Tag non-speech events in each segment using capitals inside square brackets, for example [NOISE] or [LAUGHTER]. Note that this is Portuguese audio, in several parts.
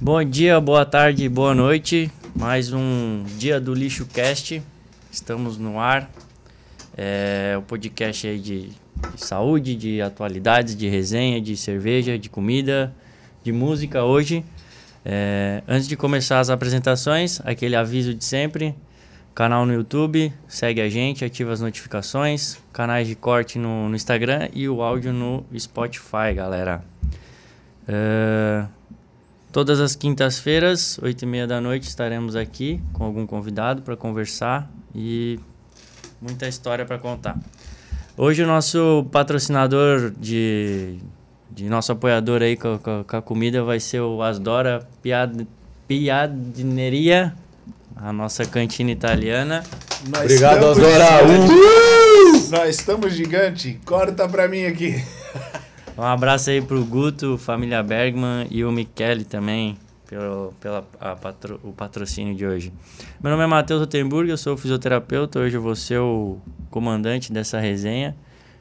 Bom dia, boa tarde, boa noite. Mais um dia do Lixo Cast. Estamos no ar. É o podcast aí de, de saúde, de atualidades, de resenha, de cerveja, de comida, de música hoje. É, antes de começar as apresentações, aquele aviso de sempre. Canal no YouTube, segue a gente, ativa as notificações, canais de corte no, no Instagram e o áudio no Spotify, galera. É, Todas as quintas-feiras, 8 e meia da noite, estaremos aqui com algum convidado para conversar e muita história para contar. Hoje o nosso patrocinador de, de nosso apoiador aí com, com- com a comida vai ser o Asdora Piad, Piadineria, a nossa cantina italiana. Nós Obrigado, estamos né? Azora. gigante. Uh! Nós estamos gigante. Corta pra mim aqui. Um abraço aí pro Guto, família Bergman e o Michele também, pelo pela, a patro- o patrocínio de hoje. Meu nome é Matheus Rotenburg, eu sou fisioterapeuta, hoje eu vou ser o comandante dessa resenha.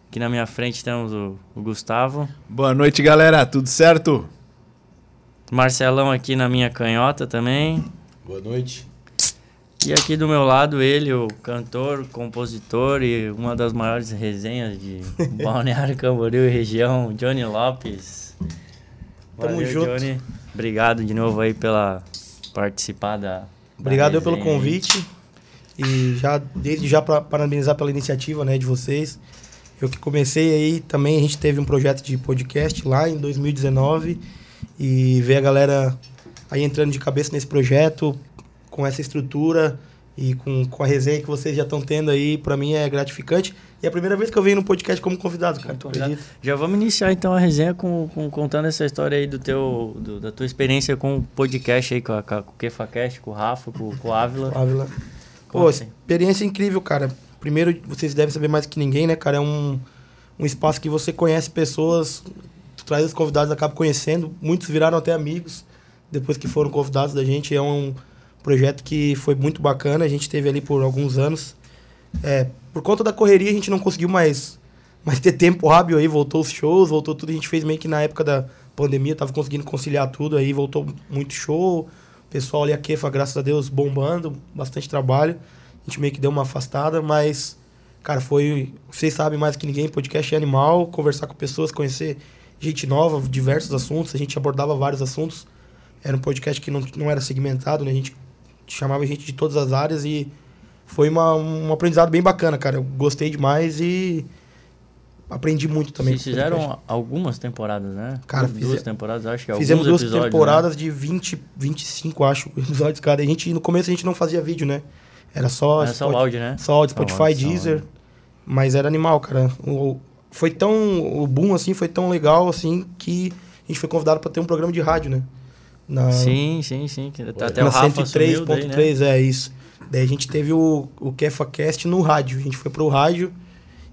Aqui na minha frente temos o, o Gustavo, Boa noite, galera. Tudo certo? Marcelão aqui na minha canhota também. Boa noite. E aqui do meu lado ele, o cantor, compositor e uma das maiores resenhas de [LAUGHS] Balneário Camboriú e região, Johnny Lopes. Tamo junto. Johnny. Obrigado de novo aí pela participar da da Obrigado eu resenha pelo aí. convite e já desde já pra, parabenizar pela iniciativa né, de vocês. Eu que comecei aí também, a gente teve um projeto de podcast lá em 2019 e ver a galera aí entrando de cabeça nesse projeto, com essa estrutura e com, com a resenha que vocês já estão tendo aí, pra mim é gratificante. E é a primeira vez que eu venho no podcast como convidado, cara, tu Obrigado. acredita? Já vamos iniciar então a resenha com, com- contando essa história aí do teu, do- da tua experiência com o podcast aí, com, a, com a- com o KefaCast, com o Rafa, com, com o Ávila. Ávila. Pô, Conta aí. experiência incrível, cara. Primeiro, vocês devem saber mais que ninguém, né, cara? É um, um espaço que você conhece pessoas, tu traz os convidados, acaba conhecendo. Muitos viraram até amigos depois que foram convidados da gente. É um projeto que foi muito bacana. A gente teve ali por alguns anos. É, por conta da correria, a gente não conseguiu mais, mais ter tempo hábil aí. Voltou os shows, voltou tudo. A gente fez meio que na época da pandemia, tava conseguindo conciliar tudo aí. Voltou muito show. O pessoal ali, a Kefa, graças a Deus, bombando. Bastante trabalho. A gente meio que deu uma afastada, mas, cara, foi. Vocês sabem mais que ninguém: podcast é animal, conversar com pessoas, conhecer gente nova, diversos assuntos. A gente abordava vários assuntos. Era um podcast que não, não era segmentado, né? A gente chamava gente de todas as áreas e foi uma, um aprendizado bem bacana, cara. Eu gostei demais e aprendi muito também. Vocês com o podcast. fizeram algumas temporadas, né? Cara, duas fize- temporadas, acho que Fizemos alguns duas episódios, né? temporadas de 20, 25, acho, [LAUGHS] episódios cada. A gente, no começo a gente não fazia vídeo, né? Era só. Era só o áudio, né? Só áudio, Só Spotify, áudio, só Deezer. áudio. Mas era animal, cara. O, foi tão. O boom, assim, foi tão legal, assim, que a gente foi convidado pra ter um programa de rádio, né? Na, Sim, sim, sim. que Foi. Então, Até na o Rafa sumiu daí, né? 103.3, é isso. Daí a gente teve o, o KefaCast no rádio. A gente foi pro rádio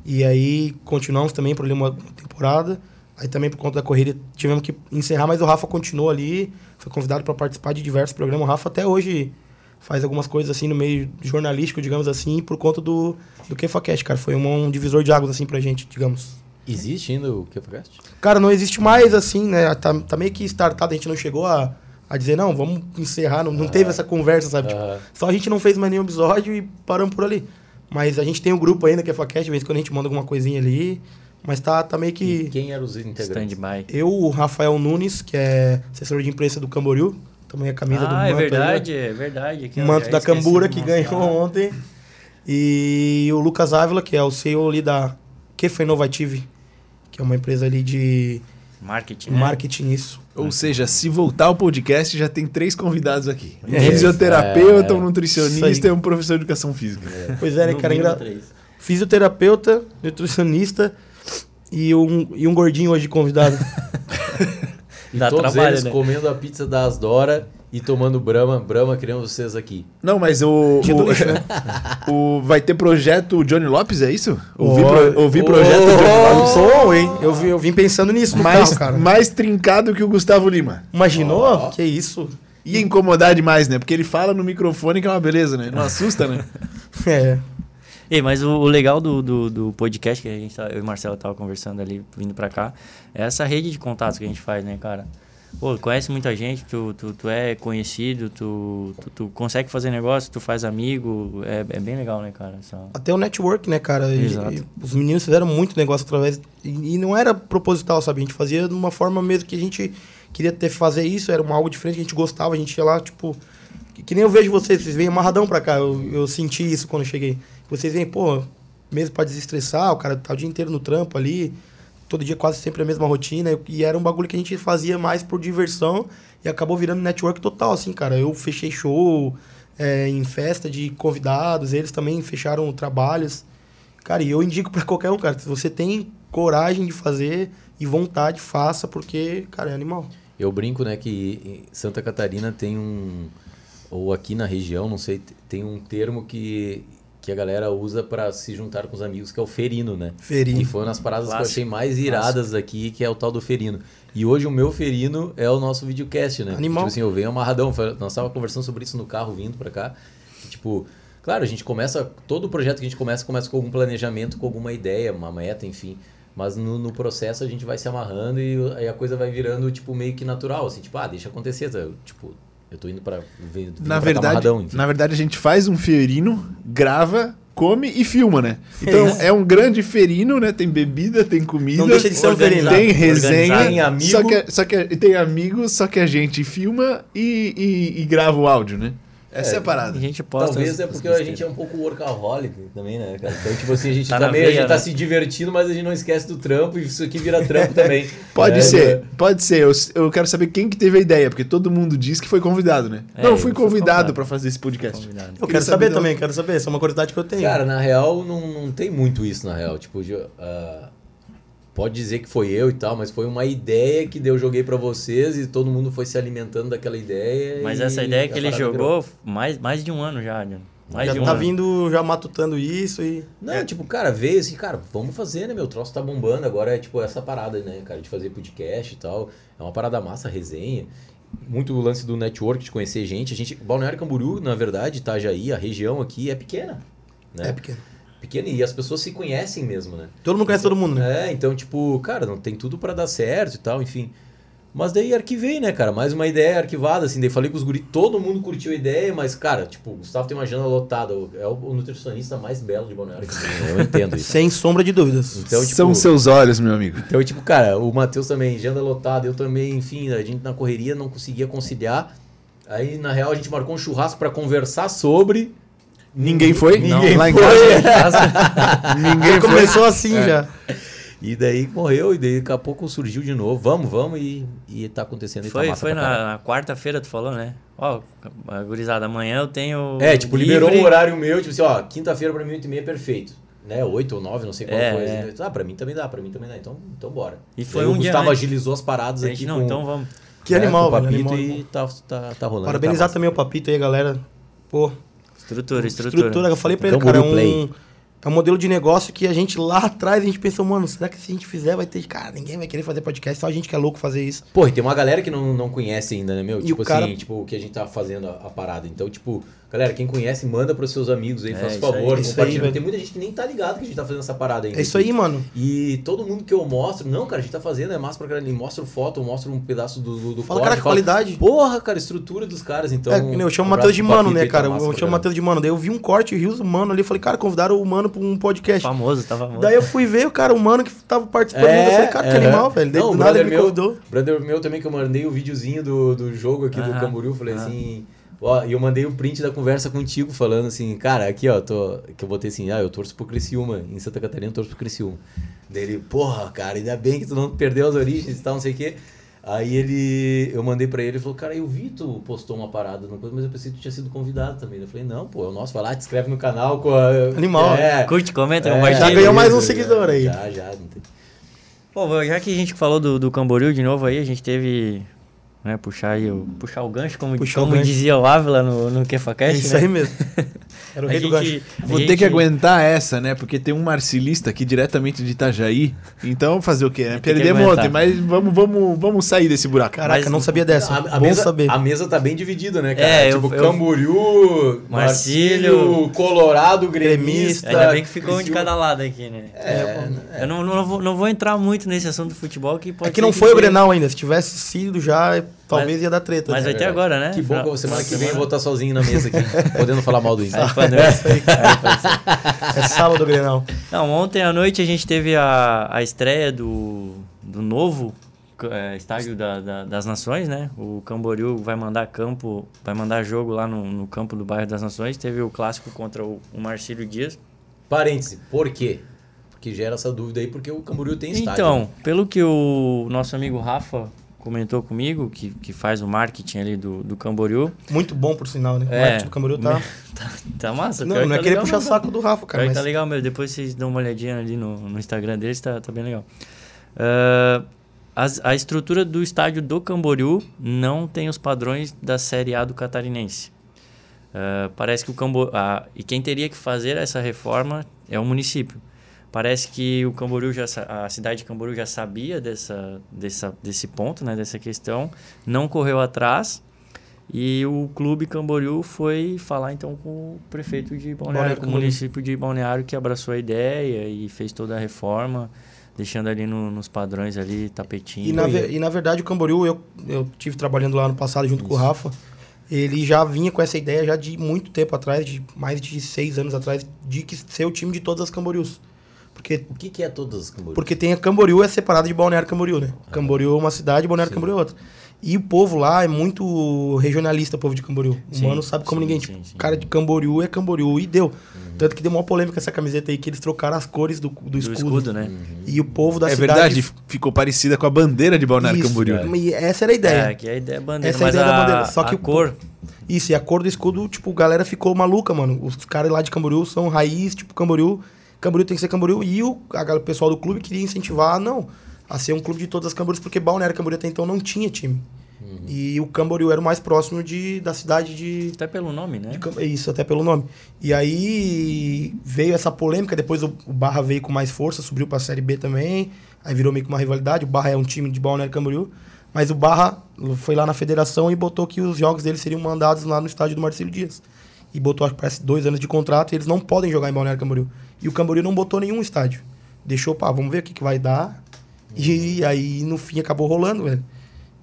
e aí continuamos também por ali uma temporada. Aí também por conta da corrida tivemos que encerrar, mas o Rafa continuou ali, foi convidado para participar de diversos programas. O Rafa até hoje faz algumas coisas assim no meio jornalístico, digamos assim, por conta do, do KefaCast, cara. Foi um, um divisor de águas assim pra gente, digamos. Existe ainda o Kepcast? Cara, não existe mais assim, né? Tá, tá meio que startado, a gente não chegou a, a dizer, não, vamos encerrar, não, não teve essa conversa, sabe? Tipo, Ah. só a gente não fez mais nenhum episódio e paramos por ali. Mas a gente tem um grupo ainda que é Facast, de vez em quando a gente manda alguma coisinha ali. Mas tá, tá meio E que. quem eram os integrantes? Stand-by. Eu, o Rafael Nunes, que é assessor de imprensa do Camboriú, também a camisa do Ah, é manto aí, né? verdade, é verdade. Aqui, O ó, manto já da esqueci Ah, de Cambura que ganhou mostrar. ontem. E o Lucas Ávila, que é o CEO ali da Kefa Innovative, que é uma empresa ali de Marketing, né? marketing, isso. Ou seja, se voltar ao podcast, já tem três convidados aqui. Um É. fisioterapeuta, um Isso aí. nutricionista e um professor de educação física. Pois é, né, No cara? mínimo Engra... três. Fisioterapeuta, nutricionista e um, e um gordinho hoje convidado. E Dá todos trabalho, eles né? comendo a pizza da Asdora e tomando Brahma. Brahma, queremos vocês aqui. Não, mas o, Dia do lixo, o, [LAUGHS] o- Vai ter projeto Johnny Lopes, é isso? Ouvi, Oh. pro- ouvi projeto Johnny Lopes. Bom, hein? Eu, vi- eu vim pensando nisso no Mais, carro, cara. mais trincado que o Gustavo Lima. Imaginou? Que isso? Ia incomodar demais, né? Porque ele fala no microfone que é uma beleza, né? Não assusta, né? É. Ei, mas o, o legal do, do, do podcast que a gente tá- eu e o Marcelo tava conversando ali, vindo pra cá, é essa rede de contatos que a gente faz, né, cara? Pô, conhece muita gente, tu, tu, tu é conhecido, tu, tu, tu consegue fazer negócio, tu faz amigo. É, é bem legal, né, cara? Essa- Até o network, né, cara? E- Exato. e os meninos fizeram muito negócio através. E, e não era proposital, sabe? A gente fazia de uma forma mesmo que a gente queria ter fazer isso, era uma algo diferente que a gente gostava, a gente ia lá, tipo. Que, que nem eu vejo vocês, vocês vêm amarradão pra cá, eu, eu senti isso quando eu cheguei. Vocês vêm, pô, mesmo pra desestressar, o cara tá o dia inteiro no trampo ali, todo dia quase sempre a mesma rotina, e- e era um bagulho que a gente fazia mais por diversão e acabou virando network total, assim, cara. Eu fechei show é, em festa de convidados, eles também fecharam trabalhos. Cara, e eu indico pra qualquer um, cara, se você tem coragem de fazer e vontade, faça, porque, cara, é animal. Eu brinco, né, que em Santa Catarina tem um ou aqui na região, não sei, tem um termo que que a galera usa pra se juntar com os amigos, que é o ferino, né? Ferino. E foi uma das paradas que eu Clássico. achei mais iradas aqui, que é o tal do ferino. E hoje o meu ferino é o nosso videocast, né? Animal. Tipo assim, eu venho amarradão. Foi- Nós tava conversando sobre isso no carro vindo pra cá. E, tipo, claro, a gente começa. Todo projeto que a gente começa, começa com algum planejamento, com alguma ideia, uma meta, enfim. Mas no, no processo a gente vai se amarrando e o- aí a coisa vai virando, tipo, meio que natural. Assim, tipo, ah, deixa acontecer. tá? Eu, tipo, eu tô indo pra. Vindo, vindo Na pra então. cá verdade, amarradão, enfim. na verdade, a gente faz um ferino, grava, come e filma, né? Então Isso. é um grande ferino, né? Tem bebida, tem comida. Não deixa de ser um Organizado. Tem vereador. resenha, Tem amigo. Só que, é, só que e tem amigos, só que a gente filma e, e- e grava o áudio, né? Essa é, a A parada. gente posta. Talvez as- é as porque a gente é besteiras. um pouco workaholic também, né, cara? Então, tipo assim, a gente Tá tá, na meio, a veia, gente tá né? se divertindo, mas a gente não esquece do trampo e isso aqui [LAUGHS] vira trampo também. Pode É, ser, né? pode ser. Eu, eu quero saber quem que teve a ideia, porque todo mundo diz que foi convidado, né? É, não, eu eu fui fui convidado convidado. pra fazer esse podcast. Convidado. Eu Queria quero saber saber, da- também, quero saber. Isso é uma curiosidade que eu tenho. Cara, na real, não, não tem muito isso, na real. Tipo, de, ah, pode dizer que foi eu e tal, mas foi uma ideia que eu joguei pra vocês e todo mundo foi se alimentando daquela ideia. Mas e essa ideia a que ele parada virou. jogou mais, mais de um ano já, né? Mais já de um tá ano. vindo, já matutando isso e. Não, tipo, cara, veio assim, cara, vamos fazer, né, meu? O troço tá bombando. Agora é tipo essa parada, né, cara, de fazer podcast e tal. É uma parada massa, resenha. Muito o lance do network, de conhecer gente. A gente. Balneário Camboriú, na verdade, Itajaí, a região aqui é pequena. Né? É pequeno. pequena e as pessoas se conhecem mesmo, né? Todo mundo conhece todo mundo, né? É, então, tipo, cara, não tem tudo pra dar certo e tal, enfim. Mas daí arquivei, né, cara? Mais uma ideia arquivada, assim. Daí falei com os guri, todo mundo curtiu a ideia, mas, cara, tipo, o Gustavo tem uma agenda lotada. o- É o, o nutricionista mais belo de Balneário Camboriú. Eu entendo É, isso. Sem sombra de dúvidas. Então, tipo, São seus olhos, meu amigo. então, tipo, cara, o Matheus também, agenda lotada, eu também, enfim, a gente na correria não conseguia conciliar. Aí, na real, a gente marcou um churrasco pra conversar sobre. Ninguém foi? Não. Ninguém Lá em foi. [LAUGHS] Ninguém começou assim já. E daí morreu, e daí daqui a pouco surgiu de novo. Vamos, vamos, e, e tá acontecendo. e tá Foi, massa foi pra caralho. na, na quarta-feira, tu falou, né? Ó, a gurizada, amanhã eu tenho. É, tipo, liberou livre. um horário meu, tipo assim, ó, quinta-feira pra mim, 8 e meia, perfeito. Né, 8 ou 9, não sei qual É, foi. é. Ah, pra mim também dá, pra mim também dá, então, então bora. E foi daí um o dia Gustavo antes. agilizou as paradas A gente, aqui não, com, então vamos. Que né, com animal, o velho. papito animal. e tá, tá, tá rolando. Parabenizar tá massa. também o Papito aí, galera. Pô, Estrutura, estrutura. estrutura. Eu falei pra ele, cara, Camboriú é um, Então, Play. é um modelo de negócio que a gente lá atrás, a gente pensou, mano, será que se a gente fizer vai ter... Cara, ninguém vai querer fazer podcast, só a gente que é louco fazer isso. Pô, e tem uma galera que não, não conhece ainda, né, meu? E tipo o cara- assim, tipo, o que a gente tá fazendo a, a parada. Então, tipo, galera, quem conhece, manda pros seus amigos aí, É, faz isso favor, aí, isso aí, compartilha. velho. tem muita gente que nem tá ligado que a gente tá fazendo essa parada ainda. É isso aí, mano. E todo mundo que eu mostro, não, cara, a gente tá fazendo, é massa pra caralho. Mostra foto, mostra um pedaço do, do, do Fala, corte, cara, que qualidade. Porra, cara, estrutura dos caras, então. É, que nem eu chamo o um abraço Matheus de pro mano, Papito né, aí, tá cara? massa pra Eu chamo o caralho. Matheus de mano. Daí eu vi um corte, rios, mano ali. eu Falei, cara, convidaram o mano pra um podcast. Famoso, tá famoso. Daí eu fui ver o cara, o mano que tava participando. É, eu falei, cara, que é. animal, velho. Daí Não, do o nada brother ele me meu- convidou. Brother meu também, que eu mandei o videozinho do, do jogo aqui do Aham, Camboriú, falei aham. assim. Ó, e eu mandei o print da conversa contigo, falando assim, cara, aqui ó, tô, que eu botei assim, ah, eu torço pro Criciúma, em Santa Catarina eu torço pro Criciúma. Daí ele, porra, cara, ainda bem que tu não perdeu as origens e tal, não sei o quê. Aí ele, eu mandei pra ele, ele falou, cara, eu vi tu postou uma parada, no coisa, mas eu pensei que tu tinha sido convidado também. Eu falei, não, pô, é o nosso, vai lá, te inscreve no canal com a... Animal. É, Curte, comenta, é, compartilha. já ganhou mais um isso, seguidor aí. Já, já, não tem... Pô, já que a gente falou do, do Camboriú de novo aí, a gente teve né? Puxar, aí o, puxar o gancho, como, Puxar o como gancho. dizia o Ávila no, no É KefaCast, isso né? aí mesmo. Era o A rei do gancho. gente, a Vou ter gente- que aguentar essa, né? Porque tem um marcilista aqui diretamente de Itajaí. Então fazer o quê, né? Tem que Perdemos aguentar. ontem, mas vamos, vamos, vamos sair desse buraco. Caraca, Mas- não sabia dessa. A, a É Bom mesa, saber. a mesa tá bem dividida, né, cara? É, eu- tipo, eu- Camboriú, Marcílio, Marcílio, Colorado, Gremista. Tá, Ainda bem que ficou um de Criciú- cada lado aqui, né? É, Eu não, não, vou, não vou entrar muito nesse assunto do futebol que pode É que ser não foi o dê- Grenal ainda. Se tivesse sido já, é, talvez ia dar treta. Mas é né? vai ter agora, né? Que bom que Final- eu- semana que final de vem eu vou estar sozinho na [LAUGHS] mesa aqui, podendo falar mal do Inter. Aí, [LAUGHS] quando eu- É sábado o Grenal. Não, ontem à noite a gente teve a, a estreia do, do novo é, estádio da- da- das Nações, né? O Camboriú vai mandar campo, vai mandar jogo lá no, no campo do bairro das Nações. Teve o clássico contra o, o Marcílio Dias. Parêntese, por quê? Porque gera essa dúvida aí, porque o Camboriú tem estádio. né? Então, pelo que o nosso amigo Rafa comentou comigo, que, que faz o marketing ali do, do Camboriú, Muito bom, por sinal, né? O É. marketing do Camboriú tá... tá, tá massa. Não, pior não é tá querer legal puxar mesmo. saco do Rafa, Pior cara. que Mas tá legal mesmo. Depois vocês dão uma olhadinha ali no, no Instagram deles, tá, tá bem legal. Ah, as- a estrutura do estádio do Camboriú não tem os padrões da Série A do Catarinense. Ah, parece que o Camboriú... e quem teria que fazer essa reforma é o município. Parece que o Camboriú já, sa- a cidade de Camboriú já sabia dessa, dessa, desse ponto, né, dessa questão, não correu atrás e o clube Camboriú foi falar então com o prefeito de Balneário, Balneário com o Camboriú. município de Balneário que abraçou a ideia e fez toda a reforma, deixando ali no- nos padrões ali tapetinho. E na, ve- e na verdade o Camboriú, eu, eu tive trabalhando lá no passado junto com o Rafa, ele já vinha com essa ideia já de muito tempo atrás, de mais de seis anos atrás, de que ser o time de todas as Camboriús. Porque, O que, que é todas as Camboriú? porque tem a Camboriú é separada de Balneário Camboriú, né? Camboriú é uma cidade, Balneário Camboriú é outra. E o povo lá é muito regionalista, o povo de Camboriú. O Sim, mano sabe como sim, ninguém. sim, tipo, sim. Uhum. cara de Camboriú é Camboriú e deu. Tanto que deu uma polêmica essa camiseta aí, que eles trocaram as cores do, do do escudo. Uhum. escudo, né? E o povo da é cidade... verdade, ficou parecida com a bandeira de Balneário Isso, Camboriú. né? E essa era a ideia. É, que a ideia é bandeira, Essa é a mas ideia da a- bandeira, só a que o- cor Isso, e a cor do escudo, tipo, a galera ficou maluca, mano. Os caras lá de Camboriú são raiz, tipo, Camboriú. Camboriú tem que ser Camboriú. E o, a gal- o pessoal do clube queria incentivar, não, a ser um clube de todas as Camboriú, porque Balneário Camboriú até então não tinha time. Uhum. E o Camboriú era o mais próximo de, da cidade de, até pelo nome, né? de Cam- Isso, até pelo nome. E aí veio essa polêmica, depois o o Barra veio com mais força, subiu pra Série B também, aí virou meio que uma rivalidade. O Barra é um time de Balneário Camboriú, mas o Barra foi lá na federação e botou que os jogos dele seriam mandados lá no estádio do Marcelo Dias. E botou, acho que parece, dois anos de contrato e eles não podem jogar em Balneário Camboriú. E o Camboriú não botou nenhum estádio. Deixou, pá, vamos ver o que, que vai dar. E aí, no fim, acabou rolando, velho.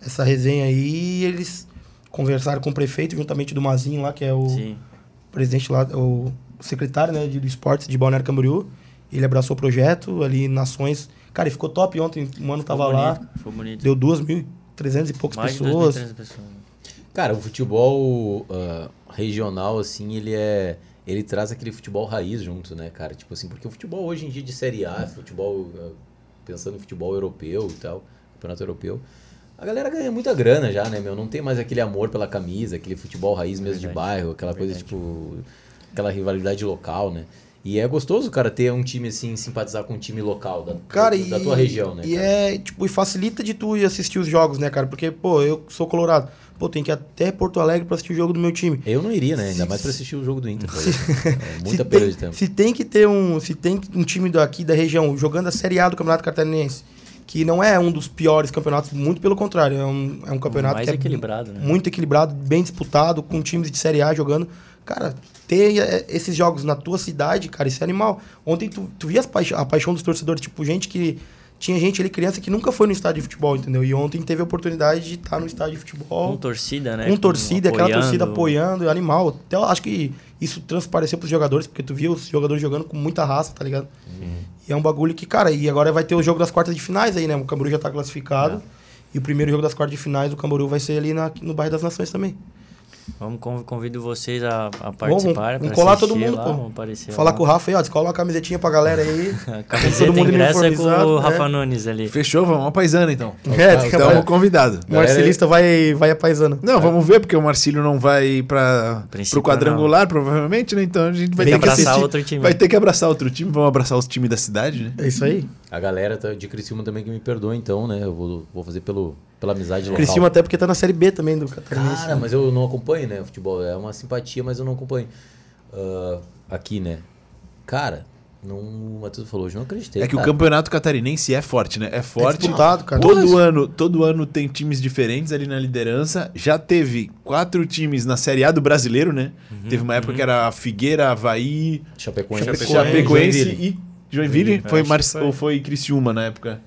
Essa resenha aí, eles conversaram com o prefeito, juntamente do Mazinho lá, que é o Sim. presidente lá, o secretário né, de, do esporte de Balneário Camboriú. Ele abraçou o projeto ali nações. Cara, e ficou top ontem. O mano tava Ficou lá, bonito, Ficou bonito. deu 2.300 e poucas Mais de pessoas. 2.300 pessoas. Cara, o futebol ah, regional, assim, ele é. Ele traz aquele futebol raiz junto, né, cara? Tipo assim, porque o futebol hoje em dia de Série A, futebol. ah, pensando em futebol europeu e tal, campeonato europeu, a galera ganha muita grana já, né, meu? Não tem mais aquele amor pela camisa, aquele futebol raiz mesmo de Verdade. bairro, aquela coisa, Verdade. tipo. aquela rivalidade local, né? E é gostoso, cara, ter um time assim, simpatizar com um time local da, Cara, da e, tua região, né? E cara? é, tipo, e facilita de tu ir assistir os jogos, né, cara? Porque, pô, eu sou colorado. Pô, tem que ir até Porto Alegre pra assistir o jogo do meu time. Eu não iria, né? Ainda mais pra assistir o jogo do [LAUGHS] Inter. por exemplo. É muita se perda tem, de tempo. Se tem que ter um, se tem um time daqui da região jogando a Série A do Campeonato Catarinense, que não é um dos piores campeonatos, muito pelo contrário, é um, é um campeonato mais que é equilibrado, né? muito equilibrado, bem disputado, com times de Série A jogando. Cara, ter eh, esses jogos na tua cidade, cara, isso é animal. Ontem tu, tu via as paix- a paixão dos torcedores, tipo, gente que. Tinha gente ali, criança, que nunca foi no estádio de futebol, entendeu? E ontem teve a oportunidade de estar no estádio de futebol Com torcida, né? com torcida, aquela torcida apoiando. apoiando, é animal. Até eu acho que isso transpareceu pros jogadores, porque tu viu os jogadores jogando com muita raça, tá ligado? Uhum. E é um bagulho que, cara, e agora vai ter o jogo das quartas de finais aí, né? O Camboriú já tá classificado. É. E o primeiro jogo das quartas de finais, o Camboriú vai ser ali na- no bairro das Nações também. Vamos, con- convido vocês a, a participar. vamos pra colar todo assistir mundo, lá, pô. vamos aparecer Falar lá. com o Rafa aí, ó, descola uma camisetinha pra [LAUGHS] galera aí. A camiseta mundo ingresso é com o uniformizado, Rafa né? Nunes ali. Fechou, vamos a paisana então. é, tem que Então, então, convidado. o Marcelista vai, vai apaisando. Não, vamos ver, porque o Marcílio não vai para Princípio, o quadrangular, provavelmente, né? Então a gente vai Tem ter que que abraçar assistir. outro time. Vai ter que abraçar outro time, vamos abraçar os times da cidade, né? É isso aí. A galera tá- de Criciúma também que me perdoa, então, né? Eu vou, vou fazer pelo, pela amizade local. Criciúma até porque tá na Série B também do Catarinense. Cara, mas eu não acompanho, né? Futebol é uma simpatia, mas eu não acompanho. Ah, aqui, né? Cara, não, o Matheus falou, hoje eu não acreditei. É que o cara. campeonato catarinense é forte, né? É é forte. disputado, cara. Todo ano, todo ano tem times diferentes ali na liderança. Já teve quatro times na Série A do brasileiro, né? teve uma época que era Figueira, Havaí, Chapecoense. Chapecoense, Joinville. e Joinville. Joinville, Foi acho Mar... que foi. Ou foi Criciúma na época?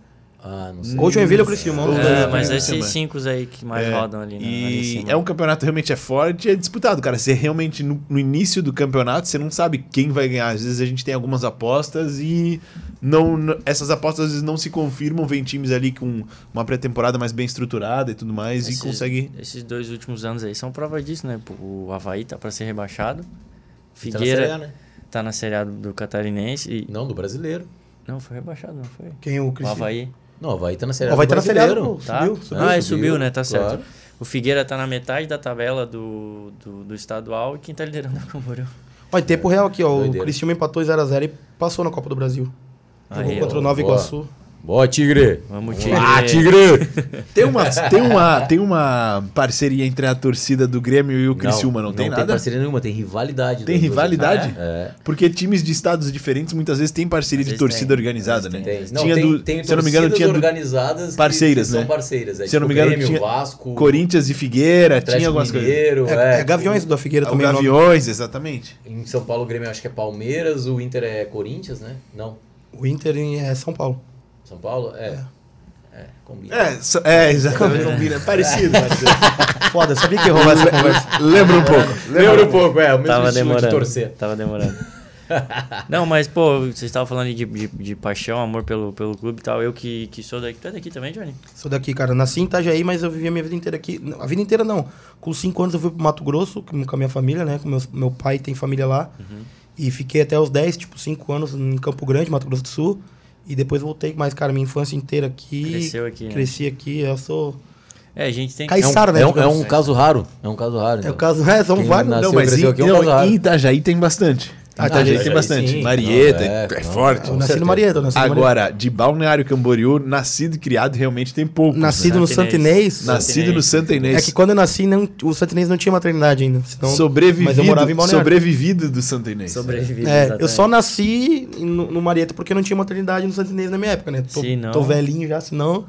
Ah, não sei. Ou Joinville ou Criciúma. um dos dois, É, né? mas é, esses também. cinco aí que mais É, rodam ali, né? ali em E cima. é um campeonato realmente é forte, é disputado, cara. Você realmente no, no início do campeonato você não sabe quem vai ganhar. Às vezes a gente tem algumas apostas e não n- essas apostas às vezes não se confirmam. Vem times ali com uma pré-temporada mais bem estruturada e tudo mais Esses- e consegue. Esses dois últimos anos aí são prova disso, né? Pô, O Havaí tá pra ser rebaixado. Tá na Série Figueira A, né? tá na Série A do- do Catarinense. E... Não, do brasileiro. Não, foi rebaixado, não foi? Quem é o O Criciúma? Ah, Havaí. é Não, vai estar na série Ó, A. vai do tá na Série A, brasileiro. pô. Tá? Subiu, subiu, ah, é, subiu, subiu, né? Tá claro. certo. O Figueira tá na metade da tabela do, do, do estadual e quem tá liderando é o Camboriú. Ó, em tempo real aqui, ó. Doideira. O Criciúma empatou 0x0 e passou na Copa do Brasil. Jogou Aí, ó. contra o Nova boa. Iguaçu. Boa, Tigre! Vamos, Ah, Tigre! Tigre! Tem uma, tem, uma, tem uma parceria entre a torcida do Grêmio e o [LAUGHS] Criciúma, não, tem não nada? Tem parceria nenhuma, tem rivalidade. Tem das duas rivalidade? equipes. É. Porque times de estados diferentes muitas vezes têm parceria Às de vezes torcida tem, organizada, às né? vezes Tem. Tinha tem- do- tem se eu não me engano, torcidas tinha do organizadas que- parceiras, que né? São parceiras. É, Se eu não tipo me engano, Grêmio, tinha Vasco, Corinthians e Figueira, Atlético tinha algumas coisas. Mineiro, É, é, é Gaviões da Figueira O também. o nome. Gaviões, exatamente. Em São Paulo, o Grêmio acho que é Palmeiras, o Inter é Corinthians, né? Não. O Inter em é, São Paulo. São Paulo? É. É, combina. É, so- é exatamente. Combina. Parecido. parecido. [LAUGHS] Foda, sabia que ia rolar essa conversa. Lembra um pouco. Lembra um pouco, é. O mesmo Tava estilo de demorando. torcer. Tava demorando. Não, mas, pô, vocês estavam falando de, de, de paixão, amor pelo, pelo clube e tal. Eu que, que sou daqui. Tu é daqui também, Johnny? Sou daqui, cara. Nasci em Itajaí, mas eu vivi a minha vida inteira aqui. Não, A vida inteira não. Com 5 anos eu fui pro Mato Grosso com com a minha família, né? Com meus, meu pai tem família lá. E fiquei até os 10, tipo, 5 anos em Campo Grande, Mato Grosso do Sul. E depois voltei, mas, cara, minha infância inteira aqui. Cresceu aqui, né? Cresci aqui, eu sou. É, a gente tem que. Cai- Sara, né, é, um, é digamos. um caso raro. É um caso raro. É então. o caso, é, são Quem vários. nasce- Não, Nasceu, mas em, cresceu aqui, é um não, caso raro. em Itajaí tem bastante. Em Ah, Itajaí tem Itajaí, bastante. sim. Marieta, Não, é, é, não, forte. Eu nasci certeza. no Marieta, eu nasci no Marieta. Agora, de Balneário Camboriú, nascido e criado, realmente tem pouco. Nascido no Santo Inês. Nascido no Santa É Inês. que quando eu nasci, não, o Santo Inês não tinha maternidade ainda. Senão, sobrevivido, Mas eu morava em Balneário. sobrevivido do Santa Inês. Sobrevivido. É, eu exatamente. só nasci no, no Marieta porque não tinha maternidade no Santo Inês na minha época, né? Tô, Se não- tô velhinho já, senão,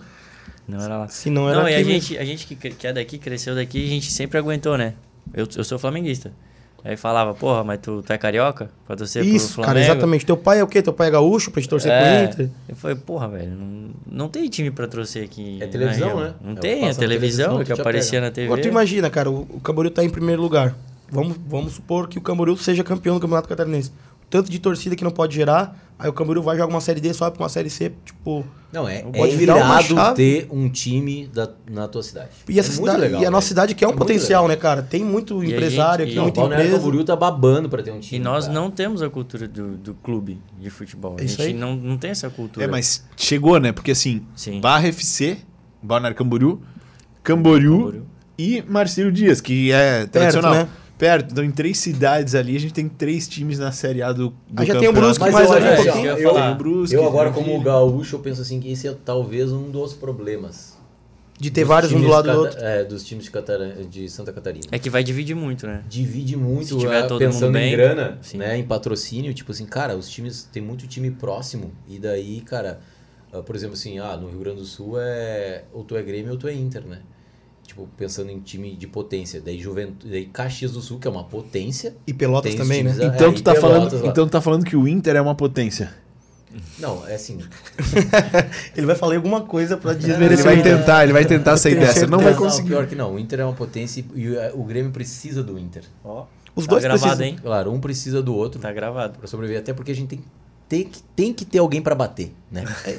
Não era lá. senão era Não, e aqui né? a mesmo. gente, a gente que, cre- que é daqui, cresceu daqui, a gente sempre aguentou, né? Eu, eu sou flamenguista. Aí falava, porra, mas tu, tu é carioca? Pra torcer Isso, pro Flamengo? cara, exatamente. Teu pai é o quê? Teu pai é gaúcho pra gente torcer É. pro Inter? Eu falei, porra, velho, não, não tem time pra torcer aqui. É na televisão, região. né? Não É, tem, é passa na televisão, televisão, que tu já aparecia pega. na TV. Agora tu imagina, cara, o, o Camboriú tá em primeiro lugar. Vamos, vamos supor que o Camboriú seja campeão do Campeonato Catarinense. O tanto de torcida que não pode gerar, aí o Camboriú vai jogar uma Série D, sobe pra uma Série C, tipo... Não, é, é Pode virar uma irado chave. ter um time da- na tua cidade. E, essa é muito cidade, legal, e a nossa velho. cidade que é um muito potencial, legal. né, cara? Tem muito E a empresário gente- aqui, e- Não, o muita Balneário empresa. Camboriú tá babando pra ter um time. E nós cara. não temos a cultura do, do clube de futebol. A É isso gente aí. não, não tem essa cultura. É, mas chegou, né? Porque assim, Sim. Barra FC, Balneário Camboriú, Camboriú, Camboriú. e Marcelo Dias, que é tradicional. né? Perto, então em três cidades ali, a gente tem três times na Série A do, do Aí já tem o campeonato. Brusque Mas mais eu, ali um acho assim, ó, pouquinho. eu, Tem o Brusque, eu agora, Joinville. como gaúcho, eu penso assim que esse é talvez um dos problemas. De ter Dos vários um do times lado de do Cata- outro. É, dos times de, Catara- de Santa Catarina. É que vai dividir muito, né? Divide muito, Se tiver é, todo pensando mundo bem, em grana, sim. né, em patrocínio, tipo assim, cara, os times, tem muito time próximo, e daí, cara, ah, por exemplo assim, ah, no Rio Grande do Sul é, ou tu é Grêmio ou tu é Inter, né? Tipo, pensando em time de potência, daí Juventude, daí Caxias do Sul, que é uma potência, E Pelotas Tem os também, né? times a- Então, É, tu e tá Pelotas falando, lá. então tu tá falando que o Inter é uma potência. não, é assim, [LAUGHS] Ele vai falar alguma coisa pra É. Ele desmerecer o vai Inter. tentar, ele vai tentar sair tenho dessa. Não vai Não, conseguir. pior que não. O Inter é uma potência e e o, o Grêmio precisa do Inter. Ó, Os tá dois gravado, precisam. hein? Claro, um precisa do outro Tá gravado. pra sobreviver, até porque a gente tem, tem, que, tem que ter alguém pra bater, né? É,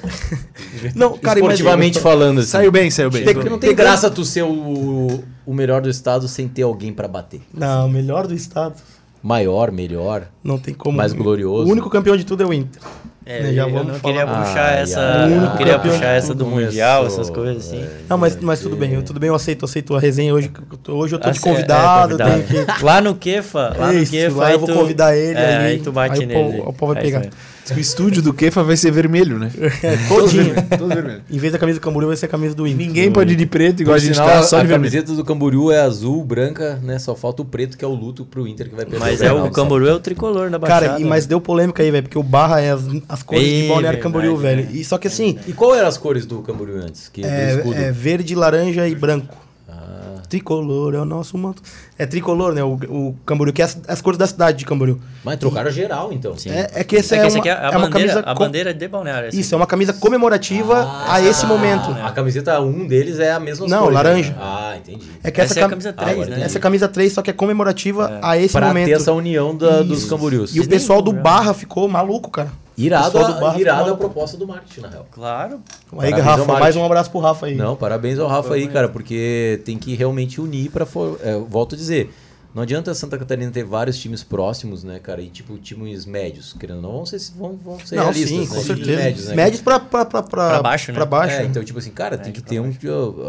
Não, cara, Esportivamente imagina. falando. assim. Saiu bem, saiu bem. Tem- não tem graça tu ser o, o melhor do estado sem ter alguém pra bater. Não, melhor do estado. Maior, melhor. Não tem como. Mais glorioso. O único campeão de tudo é o Inter. É, Né, já eu vamos não falar. queria puxar Ai, essa, ai, eu não ai. queria Campeão puxar de essa do tudo mundial, começou, essas coisas assim. é. Não, mas, mas tudo bem, eu, tudo bem, eu aceito, eu aceito a resenha hoje. que eu tô- Hoje eu tô de Assim, é, convidado, convidado. tenho que. Lá no Kefa, lá no Isso, Kefa. lá aí eu vou tu- convidar ele É, ali, aí tu bate aí o nele. povo- o povo vai É isso pegar. aí. O estúdio do Kefa vai ser vermelho, né? [LAUGHS] Todinho. Todo vermelho. Em vez da camisa do Camboriú, vai ser a camisa do Inter. Ninguém pode ir de preto igual a gente Sinal, tá, só a de vermelho. camiseta do Camboriú é azul, branca, né? Só falta o preto, que é o luto pro Inter que vai perder. Mas é Grenal o no sábado. Camboriú é o tricolor da Baixada. Cara, e, né? mas deu polêmica aí, velho, porque o Barra é as, as cores Ih, de Balneário verdade, Camboriú, velho. né? E, só que assim, E qual eram as cores do Camboriú antes? Que, do escudo? é, é verde, laranja e branco. Ah, Tricolor é o nosso manto. É tricolor, né? O, o Camboriú, que é as, as cores da cidade de Camboriú. mas trocaram geral, então. Sim. É, é que Isso essa é, aqui, isso uma, aqui é a, é uma bandeira, camisa. a com- bandeira de Balneário. assim. essa Isso, é aqui. uma camisa comemorativa a esse momento. Ah, é né? A camiseta 1 deles é a mesma Não, cores, né? laranja. Ah, entendi. É que essa, Essa é a camisa cam- 3, é- né? Essa camisa 3, só que é comemorativa a esse pra momento. ter essa união da- dos Isso. Camboriús. E o pessoal do Barra ficou maluco, cara. Irado, pessoal do a, Barra irado ficou a proposta do marketing, na real. Claro. Aí, Parabéns ao Rafa, mais Marte. um abraço pro Rafa aí. Não, parabéns ao Rafa aí, cara, porque tem que realmente unir pra. for- é, volto a dizer, não adianta a Santa Catarina ter vários times próximos, né, cara? E tipo, times médios, querendo ou não, vão ser, vão, vão ser Não, realistas, sim, né? com Times certeza. Médios, né? Médios pra, pra, pra, pra, Pra baixo, né? Pra baixo. É, então, tipo assim, cara, tem que ter um.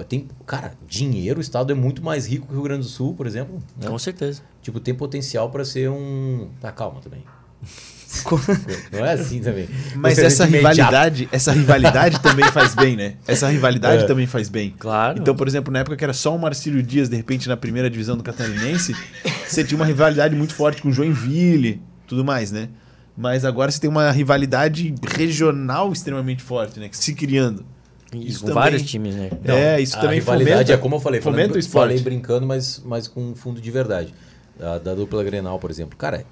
Tem, cara, dinheiro, o estado é muito mais rico que o Rio Grande do Sul, por exemplo. né? Com certeza. Tipo, tem potencial pra ser um. Tá, calma também. [LAUGHS] não é assim também. Mas Você essa de imediato. rivalidade, essa rivalidade também faz bem, né? Essa rivalidade também faz bem. Claro. Então, por exemplo, na época que era só o Marcílio Dias, de repente, na primeira divisão do Catarinense, você tinha uma rivalidade muito forte com o Joinville, tudo mais, né? Mas agora você tem uma rivalidade regional extremamente forte, né? Que se criando. E Isso com também- vários times, né? Não, é, isso a também rivalidade fomenta- é como eu falei, falei- fomenta o esporte. falei brincando, mas, mas com fundo de verdade. Da, da dupla Grenal, por exemplo. Cara,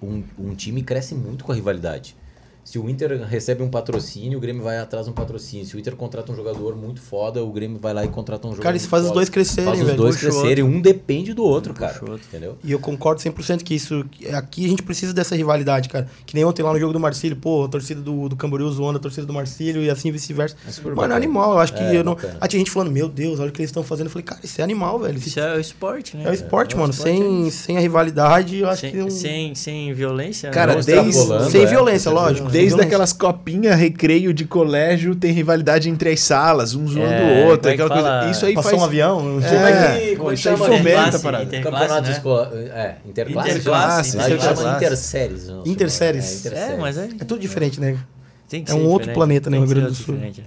um, um time cresce muito com a rivalidade. Se o Inter recebe um patrocínio, o Grêmio vai atrás de um patrocínio. Se o Inter contrata um jogador muito foda, o Grêmio vai lá e contrata um jogador Cara, isso muito faz os foda. dois crescerem, Faz os velho. dois Puxa o outro. crescerem, um depende do outro, cara. puxa o outro. Entendeu? E eu concordo 100% que isso. Aqui a gente precisa dessa rivalidade, cara. Que nem ontem lá no jogo do Marcílio, pô, a torcida do, do Camboriú zoando a torcida do Marcílio e assim vice-versa. É super Mano, é bacana. animal. Eu acho que É, eu não. bacana. Ah, tinha gente falando, meu Deus, olha o que eles estão fazendo. Eu falei, cara, isso é animal, velho. Isso Isso é o esporte, né? é o esporte, é, é o mano. esporte, sem, sem a rivalidade, eu acho que. é um- Sem, sem, não- sem violência, né? Cara, Não Não desde- extrapolando, sem é, violência, com certeza. lógico. Desde Violência. aquelas copinhas, recreio de colégio, tem rivalidade entre as salas, um zoando É, o outro, como é que aquela coisa. fala? Isso aí Passou faz. um É, avião. Como é que- como isso aí chama, né? fomenta a Interclasse, parada. inter- Campeonato né? escolar. É, interclasse. Interclasse, Lá eles interclasse. chamam interséries. não, Interséries. chama- É, mas é, É tudo diferente, né? tem que é ser um outro diferente. planeta, né, Tem Rio que Grande ser do Sul. diferente,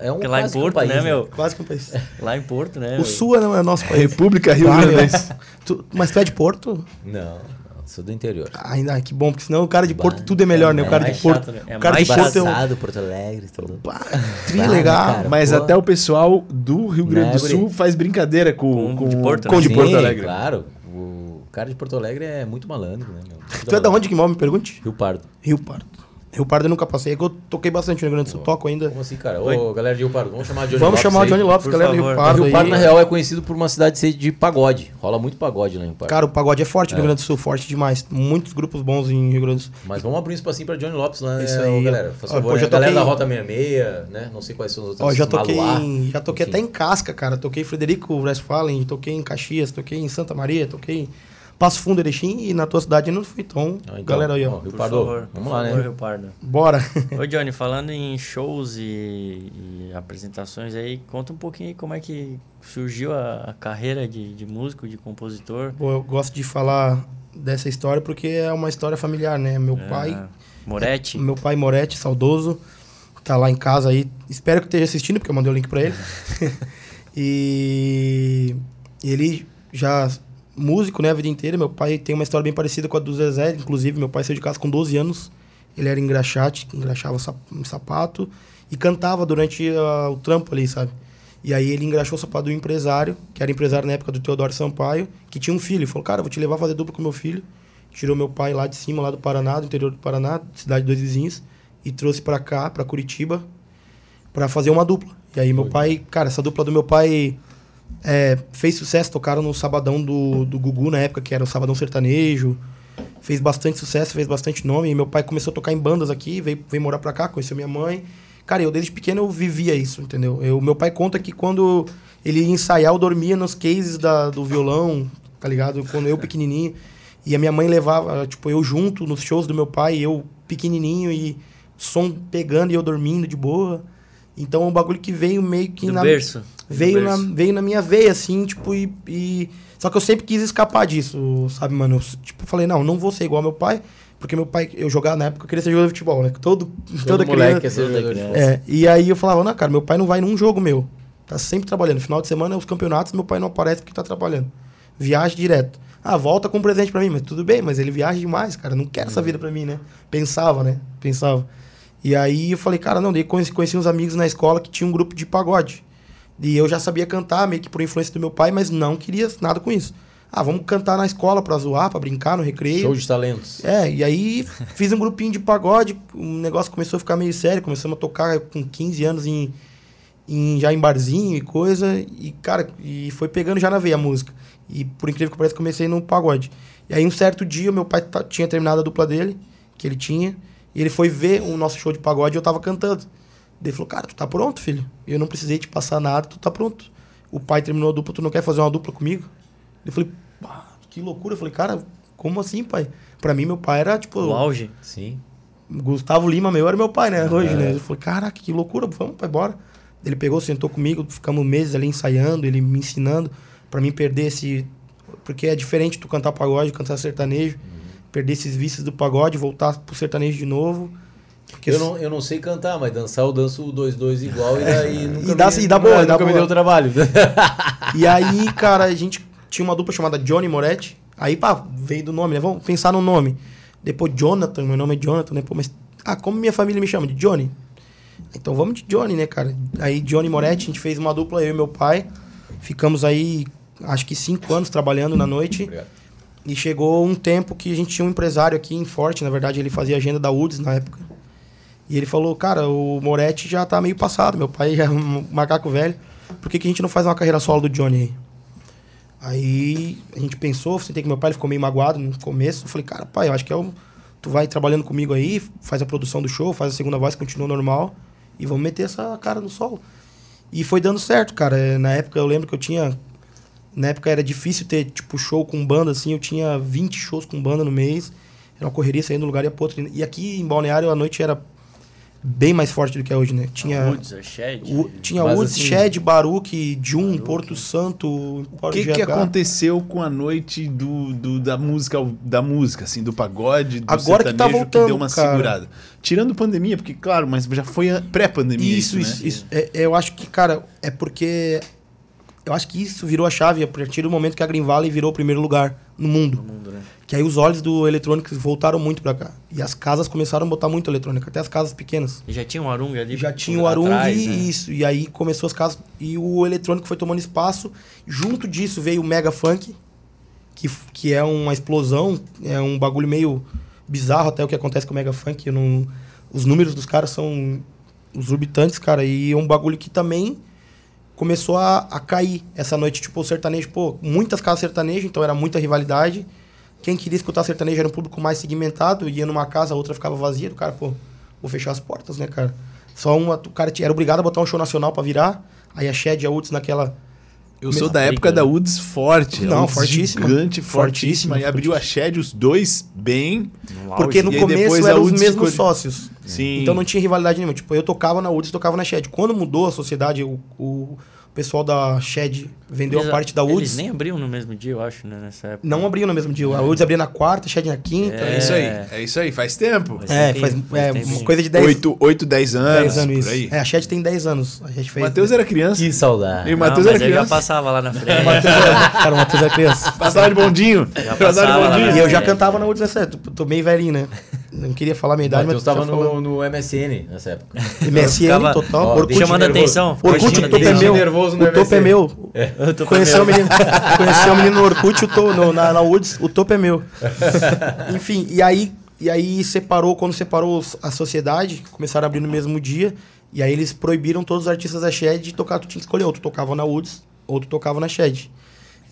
é. É um Porque lá em quase que um Porto, país, né, meu? Quase que um país. Lá em Porto, né? O meu? Sul é é nosso país. República Rio Ah, Grande. meu. Tu- mas tu é de Porto? Não, não, sou do interior. Ainda, que bom, porque senão o cara de Bah, Porto tudo é melhor, né? é O cara mais de Porto. chato, né? É O cara de mais Porto é um. Passado, Porto Alegre, tudo. Pá, Bah, Tri né, legal. cara? Mas Pô. até o pessoal do Rio Grande do Né, Sul guri? faz brincadeira com, Com o com, de Porto, com o de Sim, Porto Alegre. Claro, o cara de Porto Alegre é muito malandro, né, meu? Muito Tu é da malandro. onde que mal me pergunte? Rio Pardo. Rio Pardo. Rio Pardo eu nunca passei. É que eu toquei bastante no Rio Grande do Sul, toco ainda. Como assim, cara? Ô, galera de Rio Pardo, vamos chamar de Johnny Vamos Lopes chamar o aí. Johnny Lopes, por galera do Rio favor. Pardo. Rio Pardo, na aí. real, é conhecido por uma cidade ser de pagode. Rola muito pagode lá em Rio Pardo. Cara, o pagode é forte no Rio Grande do Sul, forte demais. Muitos grupos bons em Rio Grande do Sul. Mas vamos abrir um espacinho pra Johnny Lopes lá, né, Isso aí. ô, galera? Ó, Faz favor, pô, já né? Galera da toquei- Rota 66, né? Não sei quais são os outros. Ó, já toquei, Maluá, em- já toquei enfim. até em Casca, cara. Toquei em Frederico Westphalen, toquei em Caxias, toquei em Santa Maria, toquei em Passo Fundo Erechim e na tua cidade não fui tão. Ah, então, Galera aí, ó. Rio Por Pardo, favor, vamos por lá, favor, né? Rio Pardo. Bora. Ô Johnny, falando em shows e, e apresentações aí, conta um pouquinho aí como é que surgiu a, a carreira de, de músico, de compositor. né? Pô, eu gosto de falar dessa história porque é uma história familiar, né? Meu pai, É, Moretti. meu pai Moretti, saudoso, tá lá em casa aí. Espero que esteja assistindo, porque eu mandei o link pra ele. e ele já músico, né, a vida inteira. Meu pai tem uma história bem parecida com a do Zezé, inclusive meu pai saiu de casa com 12 anos. Ele era engraxate, engraxava sap- um sapato e cantava durante ah, o trampo ali, sabe? E aí ele engraxou o sapato do empresário, que era empresário na época do Teodoro Sampaio, que tinha um filho. Ele falou, cara, eu vou te levar a fazer dupla com meu filho. Tirou meu pai lá de cima, lá do Paraná, do interior do Paraná, cidade de dois vizinhos, e trouxe pra cá, pra Curitiba, pra fazer uma dupla. E aí meu pai, cara, essa dupla do meu pai é, fez sucesso, tocaram no Sabadão do, do Gugu na época, que era o Sabadão Sertanejo. Fez bastante sucesso, fez bastante nome. E meu pai começou a tocar em bandas aqui, veio, veio morar pra cá, conheceu minha mãe. Cara, eu desde pequeno eu vivia isso, entendeu? Eu, meu pai conta que quando ele ia ensaiar, eu dormia nos cases da, do violão, tá ligado? Quando eu pequenininho. E a minha mãe levava, tipo, eu junto nos shows do meu pai, eu pequenininho e som pegando e eu dormindo de boa. Então é um bagulho que veio meio que Do na berço. veio Do na, berço. veio na minha veia, assim, tipo, e, e- Só que eu sempre quis escapar disso, sabe, mano? Eu, tipo, falei, não, não vou ser igual ao meu pai, porque meu pai, eu jogava na época, eu queria ser jogador de futebol, né? Todo, toda moleque criança. é ser jogador de futebol. É, e aí eu falava, não, cara, meu pai não vai num jogo meu. Tá sempre trabalhando. Final de semana, os campeonatos, meu pai não aparece porque tá trabalhando. Viaja direto. Ah, volta com um presente pra mim, mas tudo bem, mas ele viaja demais, cara. Não quero Uhum. essa vida pra mim, né? Pensava, né? Pensava. E aí eu falei, cara, não, daí conheci, conheci uns amigos na escola que tinha um grupo de pagode. E eu já sabia cantar, meio que por influência do meu pai, mas não queria nada com isso. Ah, vamos cantar na escola pra zoar, pra brincar no recreio. Show de talentos. É, e aí fiz um grupinho de pagode, o negócio começou a ficar meio sério, começamos a tocar com 15 anos em, em- já em barzinho e coisa, e cara, e foi pegando já na veia a música. E por incrível que pareça, comecei no pagode. E aí um certo dia, meu pai ta- tinha terminado a dupla dele, que ele tinha, e ele foi ver o nosso show de pagode e eu tava cantando. Daí Ele falou, cara, tu tá pronto, filho? Eu não precisei te passar nada, tu tá pronto. O pai terminou a dupla, tu não quer fazer uma dupla comigo? Eu falei, pá, que loucura. Eu falei, cara, como assim, pai? Pra mim, meu pai era, tipo, O auge. Sim. Gustavo Lima, meu, era meu pai, É. né? Hoje, né? Ele falou, caraca, que loucura, vamos, pai, bora. Ele pegou, sentou comigo, ficamos meses ali ensaiando, ele me ensinando, pra mim perder esse. Porque é diferente tu cantar pagode, cantar sertanejo, Uhum. perder esses vícios do pagode, voltar pro sertanejo de novo. Porque Eu não, eu não sei cantar, mas dançar eu danço o 2-2 igual e daí nunca É. E dá- me, e dá boa, nunca e dá me boa. deu [LAUGHS] trabalho. E aí, cara, a gente tinha uma dupla chamada Johnny Moretti. Aí, pá, veio do nome, né? Vamos pensar no nome. Depois Jonathan, meu nome é Jonathan, né? Pô, mas. Ah, como minha família me chama? De Johnny? Então vamos de Johnny, né, cara? Aí Johnny Moretti, a gente fez uma dupla, eu e meu pai. Ficamos aí, acho que cinco anos trabalhando na noite. Obrigado. E chegou um tempo que a gente tinha um empresário aqui em Forte, na verdade, ele fazia agenda da UDS na época. E ele falou, cara, o Moretti já tá meio passado, meu pai já é um macaco velho. Por que, que a gente não faz uma carreira solo do Johnny aí? Aí a gente pensou, sentei com meu pai, ele ficou meio magoado no começo. Eu falei, cara, pai, eu acho que é o. Tu vai trabalhando comigo aí, faz a produção do show, faz a segunda voz, continua normal. E vamos meter essa cara no solo. E foi dando certo, cara. Eh, Na época eu lembro que eu tinha. Na época era difícil ter, tipo, show com banda, assim. Eu tinha 20 shows com banda no mês. Era uma correria saindo de um lugar e ia pro outro. E aqui em Balneário a noite era bem mais forte do que é hoje, né? Tinha. Woods, a Shed. O- tinha Mas Woods, assim- Shed, Baruque, Jun, Porto Santo, O que, que aconteceu com a noite do, do- da música, da música, assim, do pagode, do Agora que tá sertanejo, voltando, deu uma cara. segurada? Tirando pandemia, porque, claro, mas já foi a- pré-pandemia isso, Isso, né? isso, isso. É- eu acho que, cara, é porque. Eu acho que isso virou a chave a partir do momento que a Green Valley virou o primeiro lugar no mundo. né? Que aí os olhos do eletrônico voltaram muito pra cá. E as casas começaram a botar muito eletrônica, até as casas pequenas. E já tinha um Arung ali. Já por tinha o Arung atrás, e né? isso. E aí começou as casas. E o eletrônico foi tomando espaço. Junto disso veio o Mega Funk, que, f- que é uma explosão. É um bagulho meio bizarro até o que acontece com o Mega Funk. eu não- os números dos caras são exorbitantes, cara. E é um bagulho que também começou a, a cair essa noite. Tipo, o sertanejo, pô, muitas casas sertanejo, então era muita rivalidade. Quem queria escutar sertanejo era um público mais segmentado, ia numa casa, a outra ficava vazia, do cara, pô, vou fechar as portas, né, cara? Só uma, o cara tinha- era obrigado a botar um show nacional pra virar, aí a Shed e a Uts naquela. Eu Mesmo sou da briga, época né? da Woods forte. Não, a Woods fortíssima. Gigante, fortíssima. Fortíssima, e abriu a Shed, os dois bem. No auge. Porque no e aí começo depois a eram os Uts mesmos ficou- sócios. Sim. Então não tinha rivalidade nenhuma. Tipo, eu tocava na Uds, tocava na Shed. Quando mudou a sociedade, o, o pessoal da Shed vendeu a Eles- parte da Eles Uds. nem abriam no mesmo dia, eu acho, né? Nessa época. Não abriam no mesmo dia. A Uds abria na quarta, a Shed na quinta. É isso aí, é isso aí, faz tempo. Mas É, tem- faz mas é, tem uma sim. coisa de 10 8, 8 10 anos, 10 anos por isso. aí. É, a Chat tem 10 anos. A gente O fez. né? Matheus era criança, Que saudade. e o Não, mas Matheus é era eu já criança. passava lá na frente. Cara, o Matheus era criança. Passava de [LAUGHS] bondinho. Já Passava de passava lá bondinho. na E eu já É. cantava na última série. Tô, tô meio velhinho, né? Não queria falar a minha idade, Matheus mas tava tava falando. no, no MSN nessa época. MSN ficava- total. Ó, Orkut, Chamando a nervoso. atenção. Orkut, Deixa o topo é eu meu. nervoso no O topo é MSN. meu. [LAUGHS] Eu tô Conheceu o menino, [LAUGHS] conheceu o menino no Orkut, o to, no- na, na Woods, o topo é [LAUGHS] meu. Enfim, e aí, e aí separou, quando separou os- a sociedade, começaram a abrir no mesmo dia, e aí eles proibiram todos os artistas da Shed de tocar, tu tinha que escolher, ou tu tocava na Woods, ou tu tocava na Shed.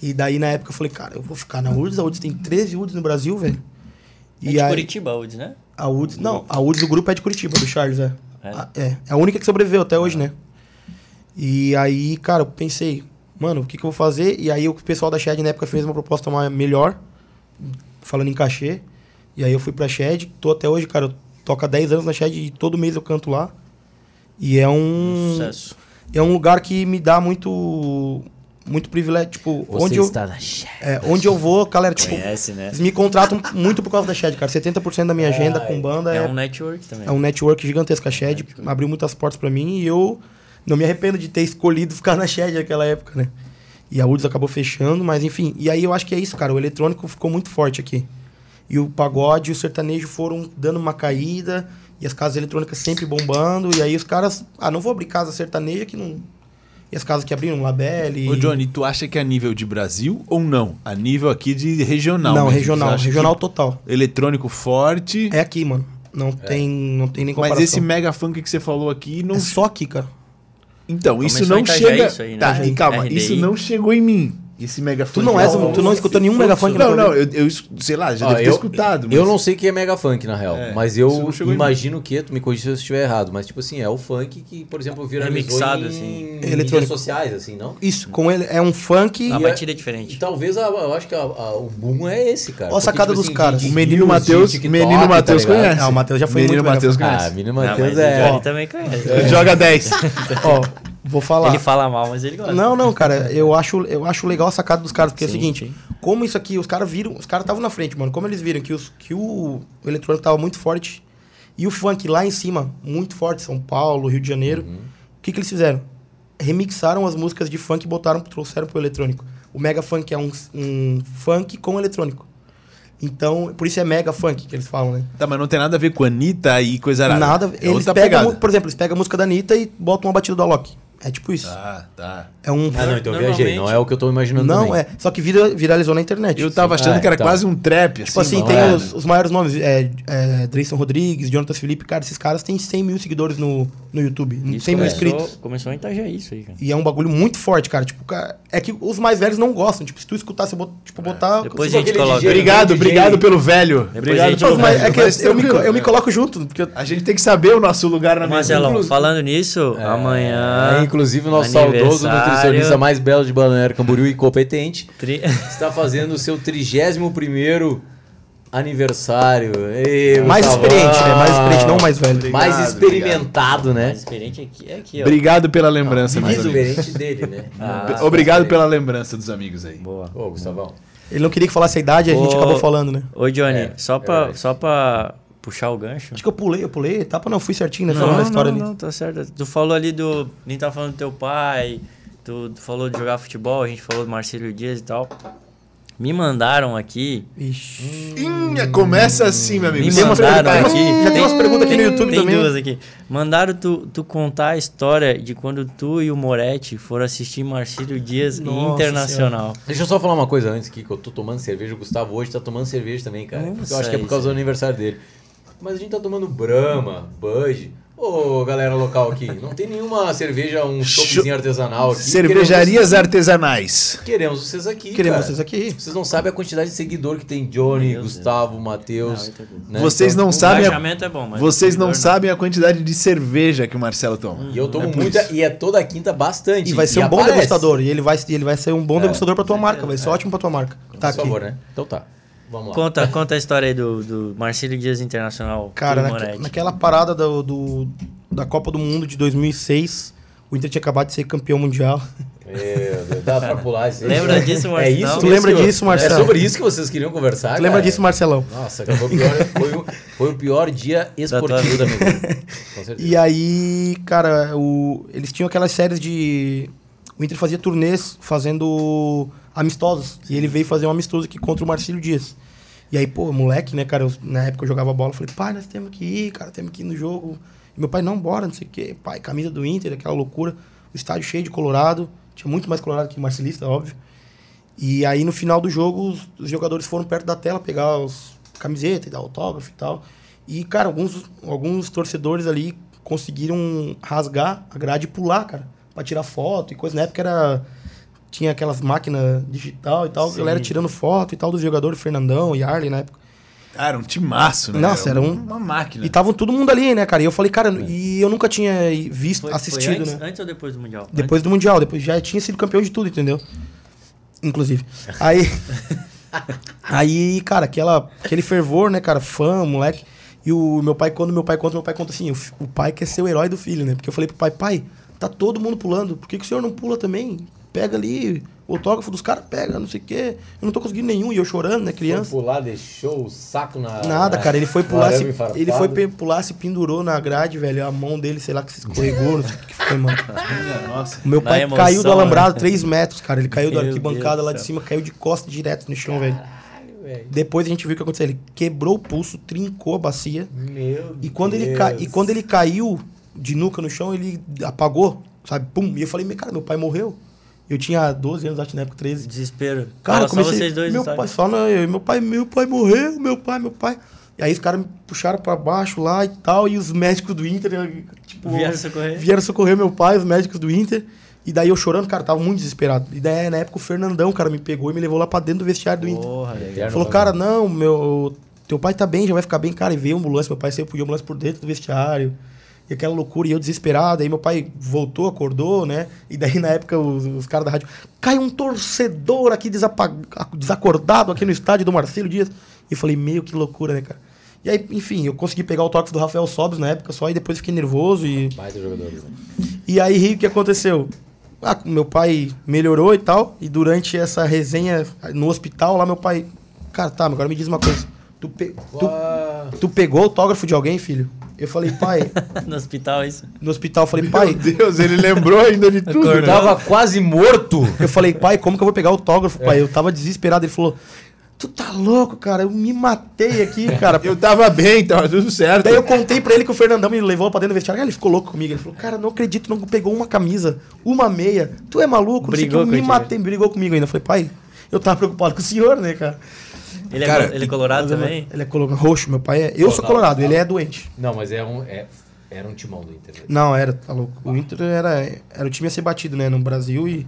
E daí na época eu falei, cara, eu vou ficar na Woods, a Woods tem 13 Woods no Brasil, velho. É [LAUGHS] E de aí, Curitiba, Woods, né? a Woods, não, a Woods do grupo é de Curitiba, do Charles, é. É. A- É, é a única que sobreviveu até hoje, né? E aí, cara, eu pensei, mano, o que, que eu vou fazer? E aí o pessoal da Shed na época fez uma proposta ma- melhor. falando em cachê. E aí eu fui pra Shed, tô até hoje, cara, eu toco há 10 anos na Shed e todo mês eu canto lá. E é um. Sucesso. É um lugar que me dá muito. Muito privilégio. Tipo, Você onde eu, está na chefe. é, onde eu vou, galera, tipo, Conhece, né? eles me contratam muito por causa da Shed, cara. 70% da minha agenda com banda É é um network também. é um network gigantesco. A Shed abriu muitas portas pra mim e eu não me arrependo de ter escolhido ficar na Shed naquela época, né? E a UDS acabou fechando, mas enfim. E aí eu acho que é isso, cara. O eletrônico ficou muito forte aqui. E o pagode e o sertanejo foram dando uma caída. E as casas eletrônicas sempre bombando. E aí os caras. Ah, não vou abrir casa sertaneja que não. E as casas que abriram, Labelle. Ô, Johnny, tu acha que é a nível de Brasil ou não? A nível aqui de regional. Não, mesmo. Tu regional. acha que Regional total. Eletrônico forte. É aqui, mano. Não, Tem, não tem nem mas comparação. esse mega funk que você falou aqui não. É só aqui, cara. Então, Começou isso não em Itajaí chega. isso aí, né? Tá, Itajaí. e calma, RDI. isso não chegou em mim. Esse mega Tu funk. não, és, um- tu não escutou nenhum megafone que Não, tua não, vida? eu, eu es- sei lá, já Ó, deve ter eu- escutado. Eu mas- não sei o que é mega funk, na real. É, mas isso eu não chegou em imagino que, tu me corrija se eu estiver errado, mas tipo assim, é o funk que, por exemplo, viralizou Remixado, em assim. mídias Eletrônico. sociais, assim, não? Isso, com ele. É um funk. Uma E batida E diferente. talvez a- eu acho que a- a- o boom é esse, cara. Ó a sacada dos caras. O menino Matheus- menino Matheus conhece. Ah, o Matheus já foi Menino muito Matheus melhor. tá Ah, conhece. menino Não, Matheus mas o é. Johnny também conhece. [LAUGHS] Joga 10. Ó, vou falar. Ele fala mal, mas ele gosta. Não, não, cara, eu acho, eu acho legal a sacada dos caras, porque é o Sim, seguinte, sim. como isso aqui, os caras viram, os caras estavam na frente, mano, como eles viram que, os, que o eletrônico tava muito forte e o funk lá em cima, muito forte, São Paulo, Rio de Janeiro, Uhum. o que que eles fizeram? Remixaram as músicas de funk e botaram, trouxeram pro eletrônico. O mega funk é um, um funk com eletrônico. Então, por isso é mega funk que eles falam, né? [LAUGHS] Tá, mas não tem nada a ver com a Anitta e coisa arada. Nada, É eles outra pegam, pegada. mu- por exemplo, eles pegam a música da Anitta e botam uma batida do Alok. É tipo isso. Ah, tá. É um Ah, não, então eu viajei. Não Normalmente- é o que eu tô imaginando. Não, também. é. Só que vira- viralizou na internet. Eu tava Sim. achando Ah, que era então. quase um trap, assim. Tipo assim, não tem é. os, os maiores nomes. É, é, Dreyson Rodrigues, Jonathan Felipe. Cara, esses caras têm 100 mil seguidores no, no YouTube. 100 é. mil começou, inscritos. Começou em Itajaí isso aí, cara. E é um bagulho muito forte, cara. Tipo, cara, é que os mais velhos não gostam. Tipo, se tu escutar, se eu bot- É, tipo, botar... Depois se a gente aquele coloca. DJ Obrigado, DJ. obrigado pelo velho. a Obrigado gente botar- pelo Mas velho. é que Mas eu, eu me, co- tranquilo. eu me coloco junto, porque... eu- A gente tem que saber o nosso lugar na Ô, mesa. Marcelão, falando nisso, amanhã. É, inclusive, o nosso saudoso aniversário. nutricionista mais belo de Balneário Camboriú e competente tri- [LAUGHS] está fazendo o seu 31 aniversário. Ei, Mais Gustavão. experiente, né? Mais experiente, não mais velho. Mais Obrigado, mais experimentado, né? experiente aqui, é aqui, ó. Obrigado pela lembrança, Mais mais amigo. experiente dele, né? Ah, Obrigado pela lembrança dos amigos aí. Boa. Ô, Gustavão. Ele não queria que falasse a idade, a gente Ô. acabou falando, né? Ô, Johnny, É, só, é pra, verdade. só pra puxar o gancho. Acho que eu pulei, eu pulei. Etapa não, fui certinho, né? Falando a história não, ali. não, tá certo. Tu falou ali do. Nem tava falando do teu pai, tu, tu falou de jogar futebol, a gente falou do Marcelo Dias e tal. Me mandaram aqui. Hum. Ixi. Inha, começa assim, meu amigo. Me Sempre mandaram vai. aqui. Já tem umas perguntas aqui no Tem- YouTube tem também. duas aqui. Mandaram tu, tu contar a história de quando tu e o Moretti foram assistir Marcílio Dias em Nossa Internacional. Deixa eu só falar uma coisa antes aqui, que eu tô tomando cerveja. O Gustavo hoje tá tomando cerveja também, cara. Nossa, Porque eu acho que é por isso causa do aí. aniversário dele. Mas a gente tá tomando Brahma, Bud. Ô, galera local aqui, não tem nenhuma cerveja, um Show- choppzinho artesanal aqui. Cervejarias artesanais. Queremos, queremos vocês aqui, Queremos cara. vocês aqui. Vocês não sabem a quantidade de seguidor que tem Johnny, Gustavo, Matheus. então tá né? Vocês não O sabem. a- engajamento é bom, mas. Vocês não sabem. sabem a quantidade de cerveja que o Marcelo toma. E eu tomo É por muita, isso. e é toda quinta bastante. E vai ser E um bom aparece. É, degustador. E ele vai, e ele vai ser um bom degustador pra tua marca. Vai ser ótimo pra tua marca. Por Tá aqui. favor, né? Então tá. Vamos lá. Conta, conta a história aí do, do Marcílio Dias Internacional. Cara, tu e naque- Moretti. naquela parada do, do- da Copa do Mundo de 2006, o Inter tinha acabado de ser campeão mundial. Meu Deus, dá pra pular isso aí. Lembra disso, É Marcelo? isso Tu mesmo? lembra disso, Marcelo? É sobre isso que vocês queriam conversar, Tu lembra Ah, cara? é. disso, Marcelão? Nossa, cara, foi o pior, foi o, foi o pior dia esportivo [LAUGHS] Da da, minha vida. Com certeza. E aí, cara, o- eles tinham aquelas séries de. O Inter fazia turnês fazendo amistosos. E ele veio fazer um amistoso aqui contra o Marcílio Dias. E aí, pô, moleque, né, cara, eu- na época eu jogava bola, eu falei, pai, nós temos que ir, cara, temos que ir no jogo. E meu pai, não, bora, não sei o quê. Pai, camisa do Inter, aquela loucura. O estádio cheio de colorado. Tinha muito mais colorado que marcelista, óbvio. E aí no final do jogo, os, os jogadores foram perto da tela pegar os camiseta e dar autógrafo e tal. E, cara, alguns, alguns torcedores ali conseguiram rasgar a grade e pular, cara, pra tirar foto e coisa. Na época era. Tinha aquelas máquinas digital e tal, a galera tirando foto e tal dos jogadores, Fernandão e Arley na época. Cara, um timaço, né? Nossa, era um- uma máquina. E tava todo mundo ali, né, cara? E eu falei, cara, e eu nunca tinha visto, É. Foi- foi assistido, antes, né? Antes ou depois do Mundial? [LAUGHS] Depois do Mundial, depois já tinha sido campeão de tudo, entendeu? Inclusive. Aí. Aí, cara, aquela, aquele fervor, né, cara? Fã, moleque. E o meu pai, quando meu pai conta, meu pai conta assim: o, fi- o pai quer ser o herói do filho, né? Porque eu falei pro pai, pai, tá todo mundo pulando, por que, que o senhor não pula também? Pega ali, o autógrafo dos caras pega, não sei o quê. Eu não tô conseguindo nenhum, e eu chorando, né, criança. Foi pular, deixou o saco na. Nada, na- cara, ele foi no pular, se, arame farpado. ele foi pe- pular, se pendurou na grade, velho. A mão dele, sei lá, que se escorregou, não sei o que que foi, mano. Nossa. O meu Na pai emoção, caiu do né? alambrado 3 metros, cara. Ele caiu da Meu arquibancada Deus lá do de céu. cima, caiu de costas direto no chão, velho. Caralho, velho. Depois a gente viu o que aconteceu. Ele quebrou o pulso, trincou a bacia. Meu E quando, ele, Deus. ca... e quando ele caiu de nuca no chão, ele apagou, sabe? Pum. E eu falei, "Meu, cara, meu pai morreu. Eu tinha 12 anos, acho, na época, 13. Desespero. Cara, Era eu comecei, só vocês dois, meu sabe? pai, só não, eu e meu pai, meu pai morreu, meu pai, meu pai. E aí os caras me puxaram pra baixo lá e tal, e os médicos do Inter, eu, tipo, Vieram socorrer? vieram socorrer meu pai, os médicos do Inter. E daí eu chorando, cara, tava muito desesperado. E daí na época o Fernandão, cara, me pegou e me levou lá pra dentro do vestiário do Inter. Porra, velho. [LAUGHS] Eterno Falou, bagulho. cara, não, meu. Teu pai tá bem, já vai ficar bem, cara. E veio a ambulância, meu pai saiu por ambulância por dentro do vestiário. E aquela loucura, e eu desesperado. Aí meu pai voltou, acordou, né? E daí na época os, os caras da rádio. Cai um torcedor aqui desapa- desacordado aqui no estádio do Marcelo Dias. E eu falei, meio que loucura, né, cara? E aí, enfim, eu consegui pegar o toque do Rafael Sobes na época só, e depois fiquei nervoso e. Mais um jogador. né? E aí, o que aconteceu? Ah, meu pai melhorou e tal, e durante essa resenha no hospital, lá meu pai... Cara, tá, mas agora me diz uma coisa. Tu, pe- tu, Uau. tu pegou o autógrafo de alguém, filho? Eu falei, pai... No hospital, isso. No hospital, eu falei, pai... Meu Deus, ele lembrou ainda de tudo. Eu tava quase morto. Eu falei, pai, como que eu vou pegar o autógrafo, É. pai? Eu tava desesperado. Ele falou, tu tá louco, cara? Eu me matei aqui, cara. Eu tava bem, tava tudo certo. Daí eu contei pra ele que o Fernandão me levou pra dentro do vestiário. Ele ficou louco comigo. Ele falou, cara, não acredito, não pegou uma camisa, uma meia. Tu é maluco, não sei o que, Brigou eu me contigo. matei, brigou comigo ainda. Eu falei, pai, eu tava preocupado com o senhor, né, cara? Ele, Cara, é, ele é colorado também? Ele é colorado, roxo, meu pai é... Eu sou Colorado. colorado, ele é doente. Não, mas é um, é- era um timão do Inter. né? Não, era, tá louco. O Inter era, era o time a ser batido, né, no Brasil e,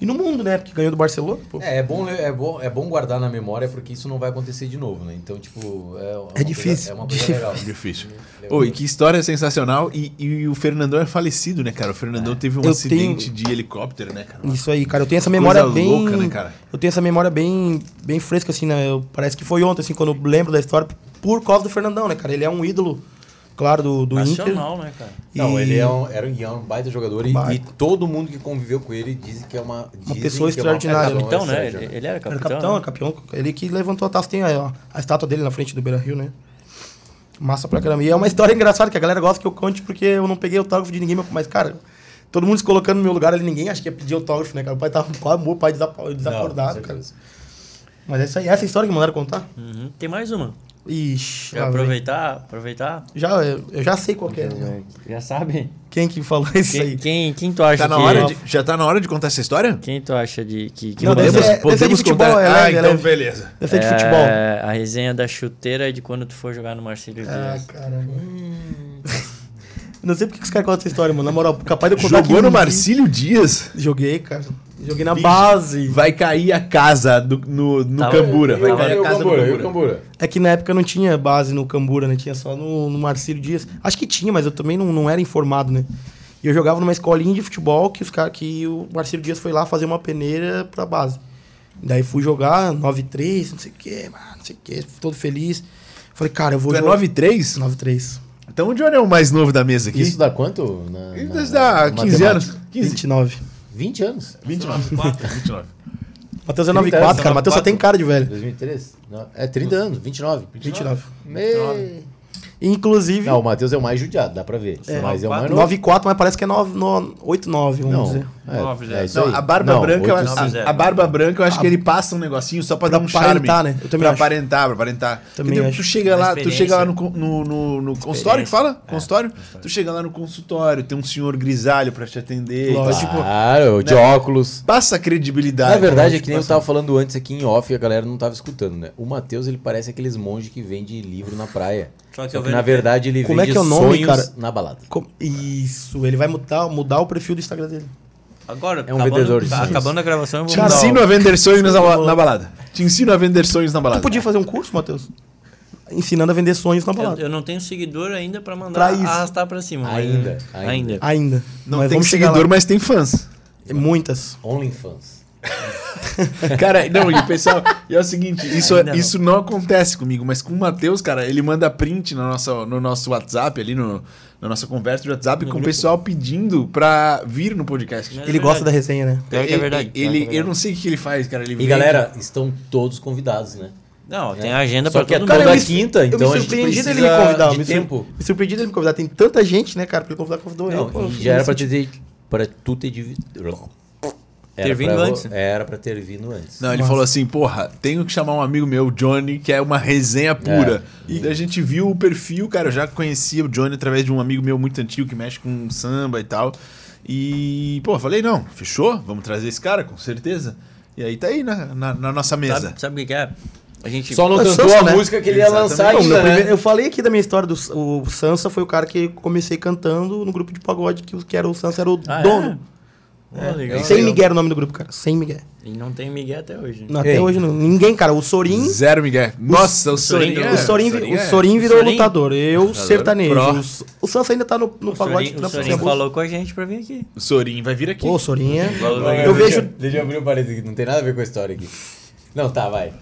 e no mundo, né, porque ganhou do Barcelona, pô. É, é bom, é, bom, é bom guardar na memória porque isso não vai acontecer de novo, né? Então, tipo, é, uma É difícil. Coisa, é uma coisa [LAUGHS] legal. Difícil. Ô, e que história sensacional. E, e o Fernandão é falecido, né, cara? O Fernandão teve um Eu acidente de helicóptero, né, cara? Isso aí, cara. Eu tenho essa memória coisa bem. louca, né, cara? Eu tenho essa memória bem, bem fresca, assim, né? Eu- parece que foi ontem, assim, quando eu lembro da história, por causa do Fernandão, né, cara? Ele é um ídolo, claro, do, do Inter. Nacional, né, cara? Não, E- ele é um, era um, e é um baita jogador e, Baita. e todo mundo que conviveu com ele diz que é uma, dizem pessoa que é uma extraordinária. pessoa Então, Capitão, né? extraordinária. Ele, ele era Era capitão. capitão, né? era campeão. Ele que levantou a taça, tem aí, ó, a estátua dele na frente do Beira Rio, né? Massa pra caramba. E é uma história engraçada que a galera gosta que eu conte porque eu não peguei autógrafo de ninguém, meu- mas, cara. Todo mundo se colocando no meu lugar ali, ninguém acha que ia pedir autógrafo, né, cara? O pai tava o pai desapa- Não, desacordado, com Tá cara. certeza. Mas é isso aí, essa história que mandaram contar? Uhum. Tem mais uma. Ixi, Quer lá vem. aproveitar? Aproveitar? Já, eu eu já sei qual que é. né? Já sabe? Quem que falou [LAUGHS] isso Uhum. Quem, aí? quem, quem tu acha Tá na que... é hora de- já tá na hora de contar essa história? Quem tu acha de... Que, que Não, mandou? deve ser- deve ser de futebol, é Ah, leve, é então leve. beleza. Eu sei de É, futebol. A resenha da chuteira de quando tu for jogar no Marcelo Ah, Dias. caramba. Não sei porque que os caras contam essa história, mano. Na moral, capaz de eu contar Jogou aqui no um Marcílio Dias. dia. Joguei, cara. Joguei na base. Vai cair a casa do- no, no Tava- Cambura. Vai Eu- cair eu- a casa Cambura, eu- no Cambura. Cambura. É que na época não tinha base no Cambura, né? Tinha só no, no Marcílio Dias. Acho que tinha, mas eu também não, não era informado, né? E eu jogava numa escolinha de futebol que, os cara, que o Marcílio Dias foi lá fazer uma peneira pra base. Daí fui jogar 9-3, não sei o quê, mano, não sei o quê, todo feliz. Falei, cara, eu vou Tu é jogar- 9-3? 9-3. Então o Johnny é o mais novo da mesa aqui. Isso dá quanto? Na, na- Isso dá na 15 matemática? anos. 15. 29. 20 anos? 29. 29. Matheus é 30 94, cara. anos, Matheus só 94. tem cara de velho. 2003? Não, é 30 anos, 29. 29. Me... Inclusive, Não, o Matheus é o mais judiado, dá pra ver. mas é o mais novo. 9,4, mas parece que é 9, 8,9, vamos Não, dizer. Nove já. é, é isso Não, aí. a barba Não, branca, oito, eu acho- nove, a, zero. a barba branca, eu acho que ele passa um negocinho só pra, Pra dar um charme. aparentar, né? Eu também pra acho. aparentar, pra aparentar. Também Entendeu? acho. Tu chega Uma lá, tu chega lá no, experiência. con- no, no- no consultório que fala? Consultório? Tu chega lá no consultório, tem um senhor grisalho pra te atender. Então, Lógico. tipo, Claro, de óculos. passa credibilidade. Na verdade, é que nem Tipo, eu tava falando antes aqui em off, a galera não tava escutando, né? O Matheus, ele parece aqueles monges que vende livro na praia. Só que Só eu que, vendo na que- verdade, ele Como é vende que é o nome, sonhos cara? na balada. Com- Isso, ele vai mudar, mudar o perfil do Instagram dele. Agora, É um vendedor de tá- sonhos. acabando a gravação, eu vou Te mandar assim, ensino a vender sonhos na, bala- na balada. Te ensino a vender sonhos na Tu balada. podia fazer um curso, Matheus? Ensinando a vender sonhos na o- Eu, balada. eu não tenho seguidor ainda pra mandar Pra isso. Ah, arrastar pra cima. mas- Ainda, ainda. Ainda. Ainda. Não Mas tem vamos chegar seguidor, lá. mas tem fãs. Muitas. OnlyFans. Cara, não, e o pessoal. E é o seguinte, isso, Ainda não. isso não acontece comigo, mas com o Matheus, cara, ele manda print na nossa, no nosso WhatsApp, ali no, na nossa conversa de WhatsApp, com o pessoal pedindo pra vir no podcast. É Ele verdade. gosta da resenha, né? Pior que é verdade. Ele, ele- Pior que é eu não sei o que ele faz, cara. Ele E vende- galera, estão todos convidados, né? Não, tem agenda Só pra que é todo toda mundo. Cara, eu me- quinta, então eu me a gente surpreendi precisa dele me convidar. de me sur- tempo. Me surpreendi dele me convidar. Tem tanta gente, né, cara? Pra ele convidar, convidou eu. Não, pô. e já era pra te ter, pra tu ter dividido. Ter vindo antes. Era pra ter vindo antes. Não, ele falou assim, porra, tenho que chamar um amigo meu, o Johnny, que é uma resenha pura. E daí a gente viu o perfil, cara, eu já conhecia o Johnny através de um amigo meu muito antigo que mexe com samba e tal. E, pô, falei, não, fechou? Vamos trazer esse cara, com certeza. E aí tá aí na, na- na nossa mesa. Sabe, sabe o que que é? A gente. Só não É cantou Sansa, a né? música que ele ia Exatamente. lançar Não, meu ainda, né? primeiro- Eu falei aqui da minha história do S- o Sansa, foi o cara que comecei cantando no grupo de pagode, que, o- que era o Sansa, era o Ah, é? dono. É. Pô, é? legal. Sem Miguel era o nome do grupo, cara. Sem Miguel. E não tem Miguel até hoje. Não, até Ei. hoje não. Ninguém, cara. O Sorin. Zero Miguel. Nossa, o Sorin- Sorin. é- o Sorin, vi- é- o Sorin virou Sorin? lutador. Eu, Lutador sertanejo. pro. O S- O Sansa ainda tá no, no O pagode. Sorin, tá o fazendo Sorin música. falou com a gente pra vir aqui. O Sorin vai vir aqui. Pô, o Sorin é. Deixa Eu vejo. Deixa eu abrir o parênteses aqui, não tem nada a ver com a história aqui. Não, tá, vai.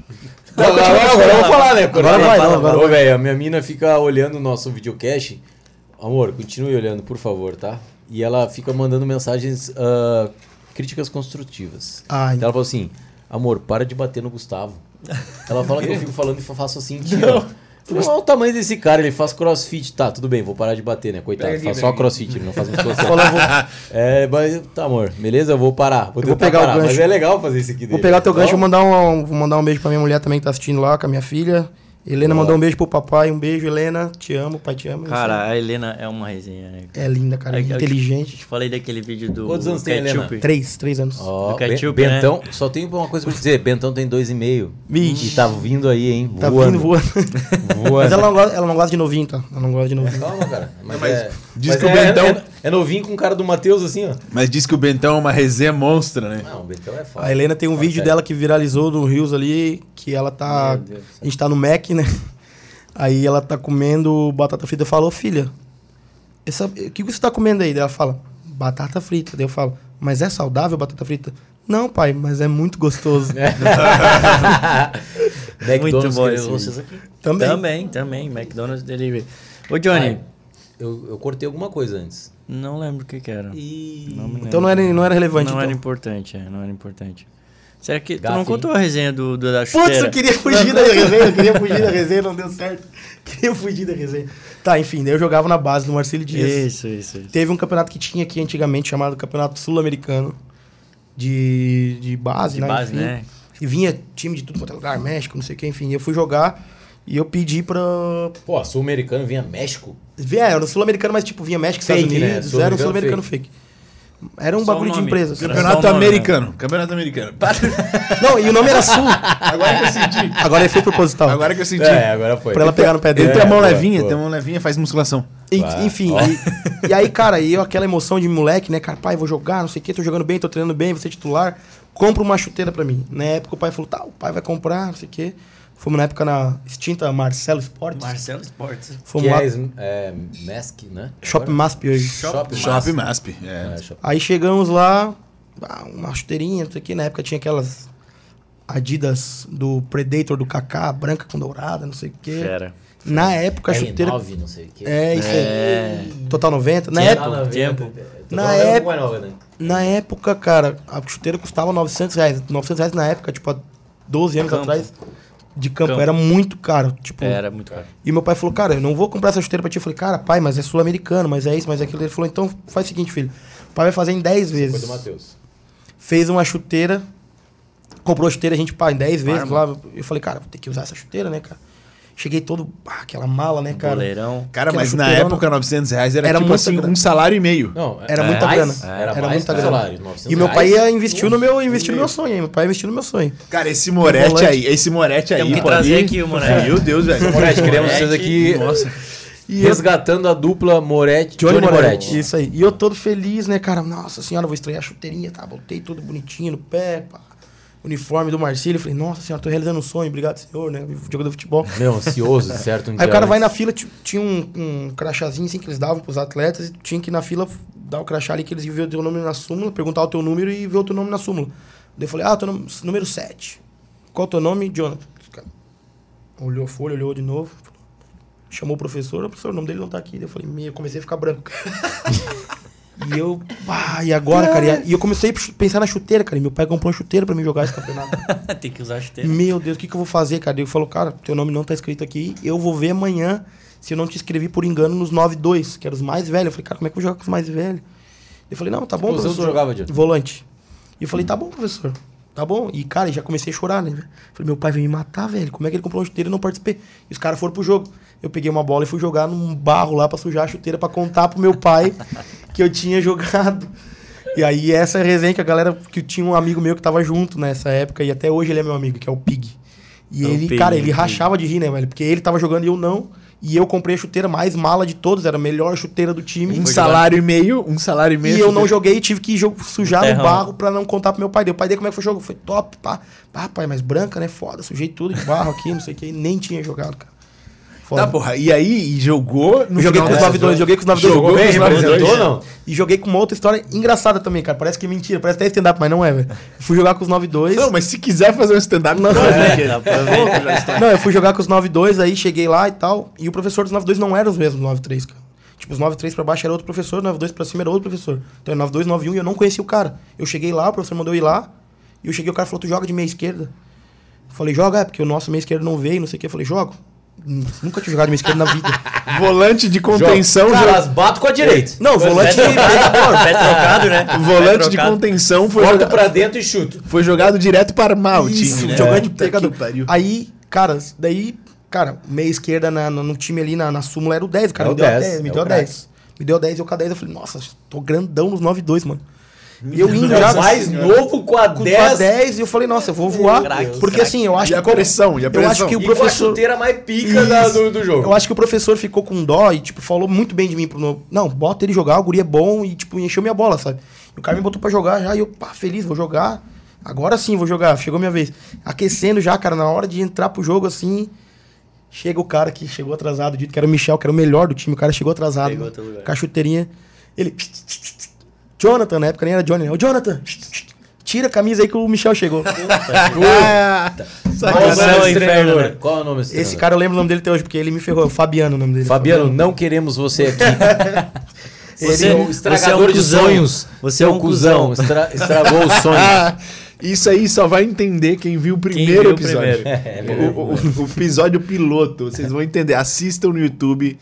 Não, agora, continua, agora eu vou fala. falar, né? Agora vai, não, agora Ô, velho, a minha mina fica olhando o nosso videocast. Amor, continue olhando, por favor, tá? E ela fica mandando mensagens ah, críticas construtivas. Ai. Então ela falou assim: amor, para de bater no Gustavo. Ela fala que eu fico falando e fa- faço assim, tio. Falei, olha o tamanho desse cara, ele faz crossfit. Tá, tudo bem, vou parar de bater, né? Coitado, Pega aqui, faz pega só aqui. crossfit, ele não faz um musculação. Falou, vou- É, mas tá, amor, beleza? Eu vou parar. Vou, Eu vou tentar pegar o parar, Mas gancho. é legal fazer isso aqui. Vou dele. pegar teu gancho e Então, mandar um, vou mandar um beijo pra minha mulher também que tá assistindo lá, com a minha filha. Helena mandou um beijo pro papai. Um beijo, Helena. Te amo, pai te ama. Cara, a Helena é uma resenha, né? É linda, cara. É, é, inteligente. Eu te falei daquele vídeo do. Quantos anos tem a Helena? ketchup. Três, três anos. Ó, do Ben- ketchup, né? Bentão, só tem uma coisa pra te dizer. Bentão tem dois e meio. Vixe. E tá vindo aí, hein? tá voando, vindo voando. voando. Mas ela não, gosta, ela não gosta de novinho, tá? Ela não gosta de novinho. Calma, cara. Mas, mas é, diz mas que o é- Bentão- É, é novinho com o cara do Matheus, assim, ó. Mas diz que o Bentão é uma resenha monstra, né? Não, o Bentão é foda. A Helena tem um vídeo sério. dela que viralizou do Rios ali, que ela tá. Meu Deus do céu. A gente tá no Mac, né? Aí ela tá comendo batata frita. Eu falo, ô filha, essa- o que você tá comendo aí? Daí ela fala, batata frita. Daí eu falo, mas é saudável batata frita? Não, pai, mas é muito gostoso. [LAUGHS] Muito McDonald's, bom querido, esse vocês aqui. Também. Também, também. McDonald's Delivery. Ô, Johnny, Ai, eu, eu cortei alguma coisa antes. não lembro o que, que era. E... Não me lembro. Então não era, não era relevante. Não era então. importante, é, não era importante. Será que. tu Gafe, não hein? contou a resenha do, do da chuteira? [LAUGHS] Putz, eu queria fugir da resenha, eu queria fugir da resenha, não deu certo. [LAUGHS] Queria fugir da resenha. Tá, enfim, daí eu jogava na base do Marcelo Dias. Isso, isso, isso. Teve um campeonato que tinha aqui antigamente chamado Campeonato Sul-Americano de, de base, De né? base, enfim. né? E vinha time de tudo quanto é lugar, México, não sei o que, enfim. Eu fui jogar e eu pedi pra. Pô, sul-americano vinha México? Vinha, era um Sul-Americano, mas tipo, vinha México, Fake, Estados né? Unidos, era um Sul-Americano Sul-Americano fake. Era um Só o bagulho de nome. empresas. Era Campeonato só o nome, né? americano. Campeonato americano. [LAUGHS] Para, Não, e o nome era Sul. agora que eu senti. Agora é feito proposital. Agora é, que eu senti. É, agora foi. Pra ela pegar no pé Ele dele. tem a mão boa, levinha, boa. tem um a mão levinha, faz musculação. E- Bah, enfim, ó. e, e aí, cara, e eu aquela emoção de moleque, né, cara, pai, vou jogar, não sei o que, tô jogando bem, tô treinando bem, vou ser titular, compra uma chuteira pra mim. Na época o pai falou, tá, o pai vai comprar, não sei o que. Fomos na época na extinta Marcelo Esportes. Marcelo Sports. Fomos Que lá, é, es- é, Mask, né? Shop Agora? Masp hoje. Shop, Shop Mask. Masp. É. É, Shop. Aí chegamos lá, ah, uma chuteirinha, não sei o que, na época tinha aquelas Adidas do Predator do Kaká, branca com dourada, não sei o que. Fera. Na época a chuteira... R9, não sei o que. É, isso aí. Total 90. Na Tinha época... na- Tempo. Na época- Na época, cara, a chuteira custava 900 reais. 900 reais na época, tipo, há 12 anos Campo. atrás, de campo. Campo. Era muito caro, tipo... Era muito caro. E meu pai falou, cara, eu não vou comprar essa chuteira pra ti. Eu falei, cara, pai, mas é sul-americano, mas é isso, mas é aquilo. Ele falou, então faz o seguinte, filho. O pai vai fazer em 10 Foi do vezes. Matheus. Fez uma chuteira, comprou a chuteira, a gente, pá, em 10 vezes lá. Eu falei, cara, vou ter que usar essa chuteira, né, cara? Cheguei todo, ah, aquela mala, né, cara? Boleirão. Cara, Aquela mas na chuteirona. época, 900 reais era, Era tipo muita assim, grana. um salário e meio. Não, é Era mais, muita grana. Era, Era mais muita que grana. salário, 900 E meu reais. pai ia- investiu no meu, investiu no meu sonho, hein? Meu pai investiu no meu sonho. Cara, esse Moretti Volante. aí, esse Moretti aí. Temos que pô, trazer ali- aqui o Moretti. Meu Deus, velho. Moretti, queremos vocês [LAUGHS] aqui Nossa. E resgatando a dupla Moretti Johnny, Johnny, Moretti. Moretti. Isso aí. E eu todo feliz, né, cara? Nossa senhora, vou estrear a chuteirinha, tá? Botei tudo bonitinho no pé, pá. Uniforme do Marcílio. Falei, nossa senhora, tô realizando um sonho, obrigado, senhor, né? Jogador de futebol. Meu, ansioso, certo? um Aí o dia cara vai na antes. fila, ti- tinha um, um crachazinho assim que eles davam pros atletas, e tu tinha que ir na fila dar o crachá ali que eles iam ver o teu nome na súmula, perguntar o teu número e ver o teu nome na súmula. Daí eu falei, ah, tô no número 7. Qual o teu nome, Jonathan? Esse cara Olhou a folha, olhou de novo. Chamou o professor, o professor, o nome dele não tá aqui. Daí eu falei, minha, eu comecei a ficar branco. [LAUGHS] e eu, pá, e agora, cara? E a- E eu comecei a pensar na chuteira, cara. E meu pai comprou uma chuteira pra mim jogar esse campeonato. [LAUGHS] Tem que usar chuteira. Meu Deus, o que, que eu vou fazer, cara? Ele falou, cara, teu nome não tá escrito aqui, eu vou ver amanhã se eu não te escrevi por engano nos 9-2, que eram os mais velhos. Eu falei, cara, como é que eu vou jogar com os mais velhos? Eu falei, não, tá bom, posição tu professor. jogava, Jonathan? Volante. E eu falei, Hum. tá bom, professor. Tá bom. E, cara, já comecei a chorar, né? velho? Falei, meu pai veio me matar, velho. Como é que ele comprou uma chuteira e eu não participei? E os caras foram pro jogo. Eu peguei uma bola e fui jogar num barro lá pra sujar a chuteira pra contar pro meu pai que eu tinha [LAUGHS] jogado. E aí essa resenha que a galera que tinha um amigo meu que tava junto nessa época e até hoje ele é meu amigo, que é o Pig. E É o ele, Pig, cara, é o ele Pig. rachava de rir, né, velho? Porque ele tava jogando e eu não. E eu comprei a chuteira mais mala de todos, era a melhor chuteira do time. Um salário e meio, um salário e meio. E eu não joguei, tive que jo- sujar no Terrão. barro pra não contar pro meu pai. Deu, pai dele, como é que foi o jogo? Foi top, pá. Pá, pai, mas branca, né? Foda, sujei tudo de barro aqui, não sei o que. Nem tinha jogado, cara. Foda. Tá, porra. E aí, e jogou no Eu joguei final com os dessa- 9-2, joguei com os 9-2. um Jogou joguei bem, com os representou, 9-2. Representou, não? E joguei com uma outra história engraçada também, cara. Parece que é mentira, parece até stand-up, mas não é, velho. Eu Fui jogar com os 9-2. Não, mas se quiser fazer um stand-up, não. [LAUGHS] Não, eu fui jogar com os 9-2, aí cheguei lá e tal. E o professor dos 9-2 não era os mesmos 9-3, cara. Tipo, os 9-3 pra baixo era outro professor, 9-2 pra cima era outro professor. Então era 9-2, 9-1 e eu não conhecia o cara. Eu cheguei lá, o professor mandou eu ir lá. E eu cheguei, o cara falou, tu joga de meia esquerda? Eu falei, joga, é, porque o nosso meia esquerda não veio, não sei o que. Eu falei, jogo. Hum, Nunca tinha jogado de meia esquerda na vida. Volante de contenção, Cara, jo- elas batem com a direita. Não, volante... Pé trocado, pé trocado, né? volante de contenção. contenção foi, Corta joga- pra dentro e chuta. foi jogado direto para mal, Isso, time. né? jogando de Puta que pegador. pariu. Aí, cara, daí, cara, meia esquerda na- no, no time ali na, na súmula era o 10, cara. É o me deu 10, 10, me é o deu craque. 10. Me deu 10, eu com a 10, eu falei, nossa, tô grandão nos 9-2, mano. E eu indo já Cara, Uhum. mais novo com a com a 10. 10 e eu falei, nossa, eu vou voar. Craque, porque craque. assim, eu acho E a como- pressão, e a Eu acho pressão. que o E é com a professor. chuteira mais pica da- do, do jogo. Eu acho que o professor ficou com dó e, tipo, falou muito bem de mim pro novo. Não, bota ele jogar, o guri é bom e, tipo, encheu minha bola, sabe? E o cara me botou pra jogar já e eu, pá, feliz, vou jogar. Agora sim, vou jogar. Chegou minha vez. Aquecendo já, cara, na hora de entrar pro jogo, assim... Chega o cara que chegou atrasado, dito que era o Michel, que era o melhor do time. O cara chegou atrasado. Pegou mano, teu lugar. com a chuteirinha. Ele... Jonathan, na época nem era Johnny, né? Ô, Jonathan! Tira a camisa aí que o Michel chegou. Sacanagem. Qual o nome desse É o inferno, treinador? né? Qual é o nome desse Esse treinador? cara eu lembro o nome dele até hoje, porque ele me ferrou. Fabiano o nome dele. Fabiano, não queremos você aqui. [LAUGHS] Você, é um você é estragador um de cuzão. sonhos. Você é um cuzão. [LAUGHS] Estra- [LAUGHS] estragou os sonhos. Ah, isso aí só vai entender quem viu o primeiro viu o episódio. primeiro. O, o- o episódio piloto, vocês vão entender. Assistam no YouTube.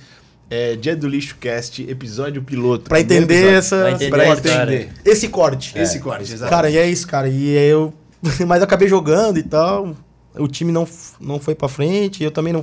É, Dia do Lixo Cast, episódio piloto. Pra primeiro entender episódio. essa... Pra entender Pra essa entender. história. Esse corte. Esse corte, exato. Cara, e é isso, cara. E aí eu. [LAUGHS] Mas eu acabei jogando e tal. O time não, f- não foi pra frente. Eu também não.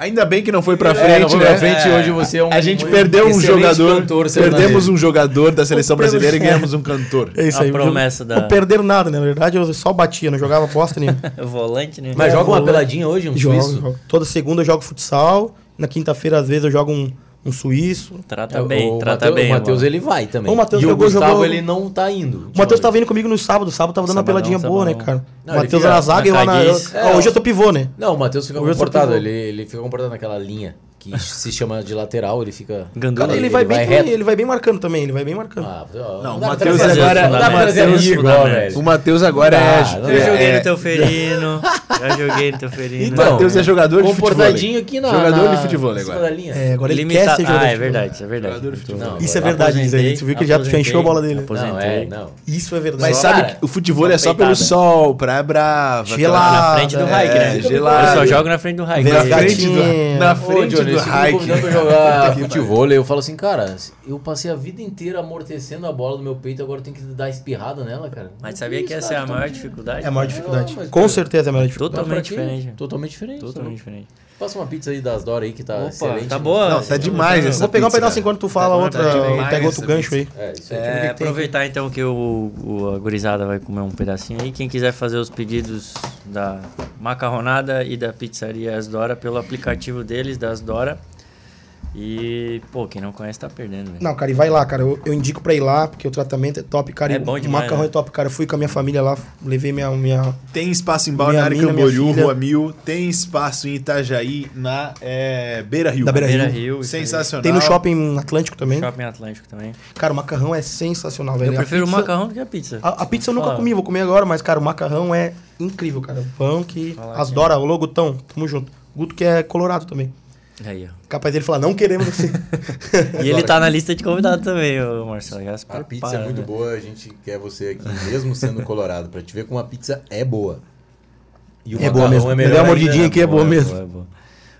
Ainda bem que não foi pra É, frente, não foi né? pra frente, hoje você é um- A gente um perdeu um excelente jogador, cantor perdemos sertanejo. um jogador da seleção Pelo- brasileira e ganhamos um cantor. É isso A aí. promessa não, da- Não perderam nada, né? na verdade. Eu só batia, não jogava bosta nenhuma. [LAUGHS] Volante, né? Mas joga uma volante. peladinha hoje, um suíço? jogo. Toda segunda eu jogo futsal. Na quinta-feira, às vezes, eu jogo um, um suíço. Trata Tá bem, Tá É, o trata Mateu- bem. O Matheus mano. ele vai também. O Matheus e o jogou- Gustavo jogou- ele não tá indo. O Matheus tava vindo comigo no sábado. O sábado tava dando uma Sabadão, peladinha boa, né, sabadão. cara? Não, o ele Matheus fica era zaga e eu lá na. marcadinho. eu- ó, É, hoje eu tô pivô, né? Não, o Matheus fica Hoje eu sou comportado. pivô. Ele, ele fica comportado naquela linha que se chama de lateral. Ele fica. Gandula. Cara, ele, vai bem, que nem- ele vai bem marcando também. Ele vai bem marcando. Ah, Não, o dá pra Matheus trazer- agora- Não dá pra trazer Matheus- amigo, ó, velho. O Matheus agora Ah, não é. Já é- joguei é- no teu ferino. já joguei no teu ferino. Então, Matheus é jogador de futebol. Comportadinho aqui na. Jogador na- de futebol em cima agora. da linha. É, agora ele Limita- quer ser jogador. Ah, de é futebol. verdade, é verdade. Não, Isso é agora- verdade, Zé. Aposentei, Você viu que ele já aposentei. encheu a bola dele, né? Não, é, Aposentei. não. Isso é verdade. Mas Só- sabe cara, que o futebol só é só pelo peitada. sol, praia brava. Gelado. Tá Na frente do É, Raik, né? gelado. Eu só jogo na frente do Raik. Vem aquela- as Na frente gatinhas. do, na Ô, Ô, frente Johnny, do se tu me convidar pra hike. [LAUGHS] jogar futebol, eu falo assim, cara, eu passei a vida inteira amortecendo a bola no meu peito, agora eu tenho que dar espirrada nela, cara. Mas sabia que essa é a maior dificuldade? É a maior dificuldade. Não, mas, Com cara, certeza é a maior dificuldade. Totalmente Pra quê? diferente. Totalmente diferente. Totalmente tá diferente. bom? Passa uma pizza aí das Dora aí que tá Opa, excelente. tá boa. Não, tá demais Eu essa vou pegar um pizza, pedaço cara. enquanto tu fala Tá outra, bom, tá demais pega outro essa gancho aí. É, isso aí. É, aproveitar então que o, o- a gurizada vai comer um pedacinho aí. Quem quiser fazer os pedidos da macarronada e da pizzaria Asdora pelo aplicativo deles, da Asdora, E, pô, quem não conhece tá perdendo, velho. Não, cara, e vai lá, cara. Eu, eu indico pra ir lá, porque o tratamento é top, cara. É E o- bom o demais, macarrão né? é top, cara. Eu fui com a minha família lá, levei minha. minha... Tem espaço em Minha Balneário mina, minha Camboriú, filha. Rua Mil. Tem espaço em Itajaí, na eh, Beira Rio. Na Beira Rio. Beira Rio. isso aí. Sensacional. Tem no shopping Atlântico também. Shopping Atlântico também. Cara, o macarrão é sensacional, velho. Eu A prefiro o pizza- Ah. macarrão do que a pizza. A, a pizza eu nunca Fala. comi, vou comer agora, mas, cara, o macarrão é incrível, cara. O Pão que. Fala As aqui. Dora, o Logotão, tamo junto. Guto que é colorado também. [LAUGHS] Aí, ó. Capaz dele falar, não queremos [LAUGHS] você. E ele tá na lista de convidados também, ô Marcelo. Já se A pizza é prepara, muito né? boa, a gente quer você aqui, mesmo sendo colorado, pra te ver como a pizza é boa. E É boa macarrão mesmo. Me dá uma ainda, mordidinha né? aqui, é boa mesmo. É boa.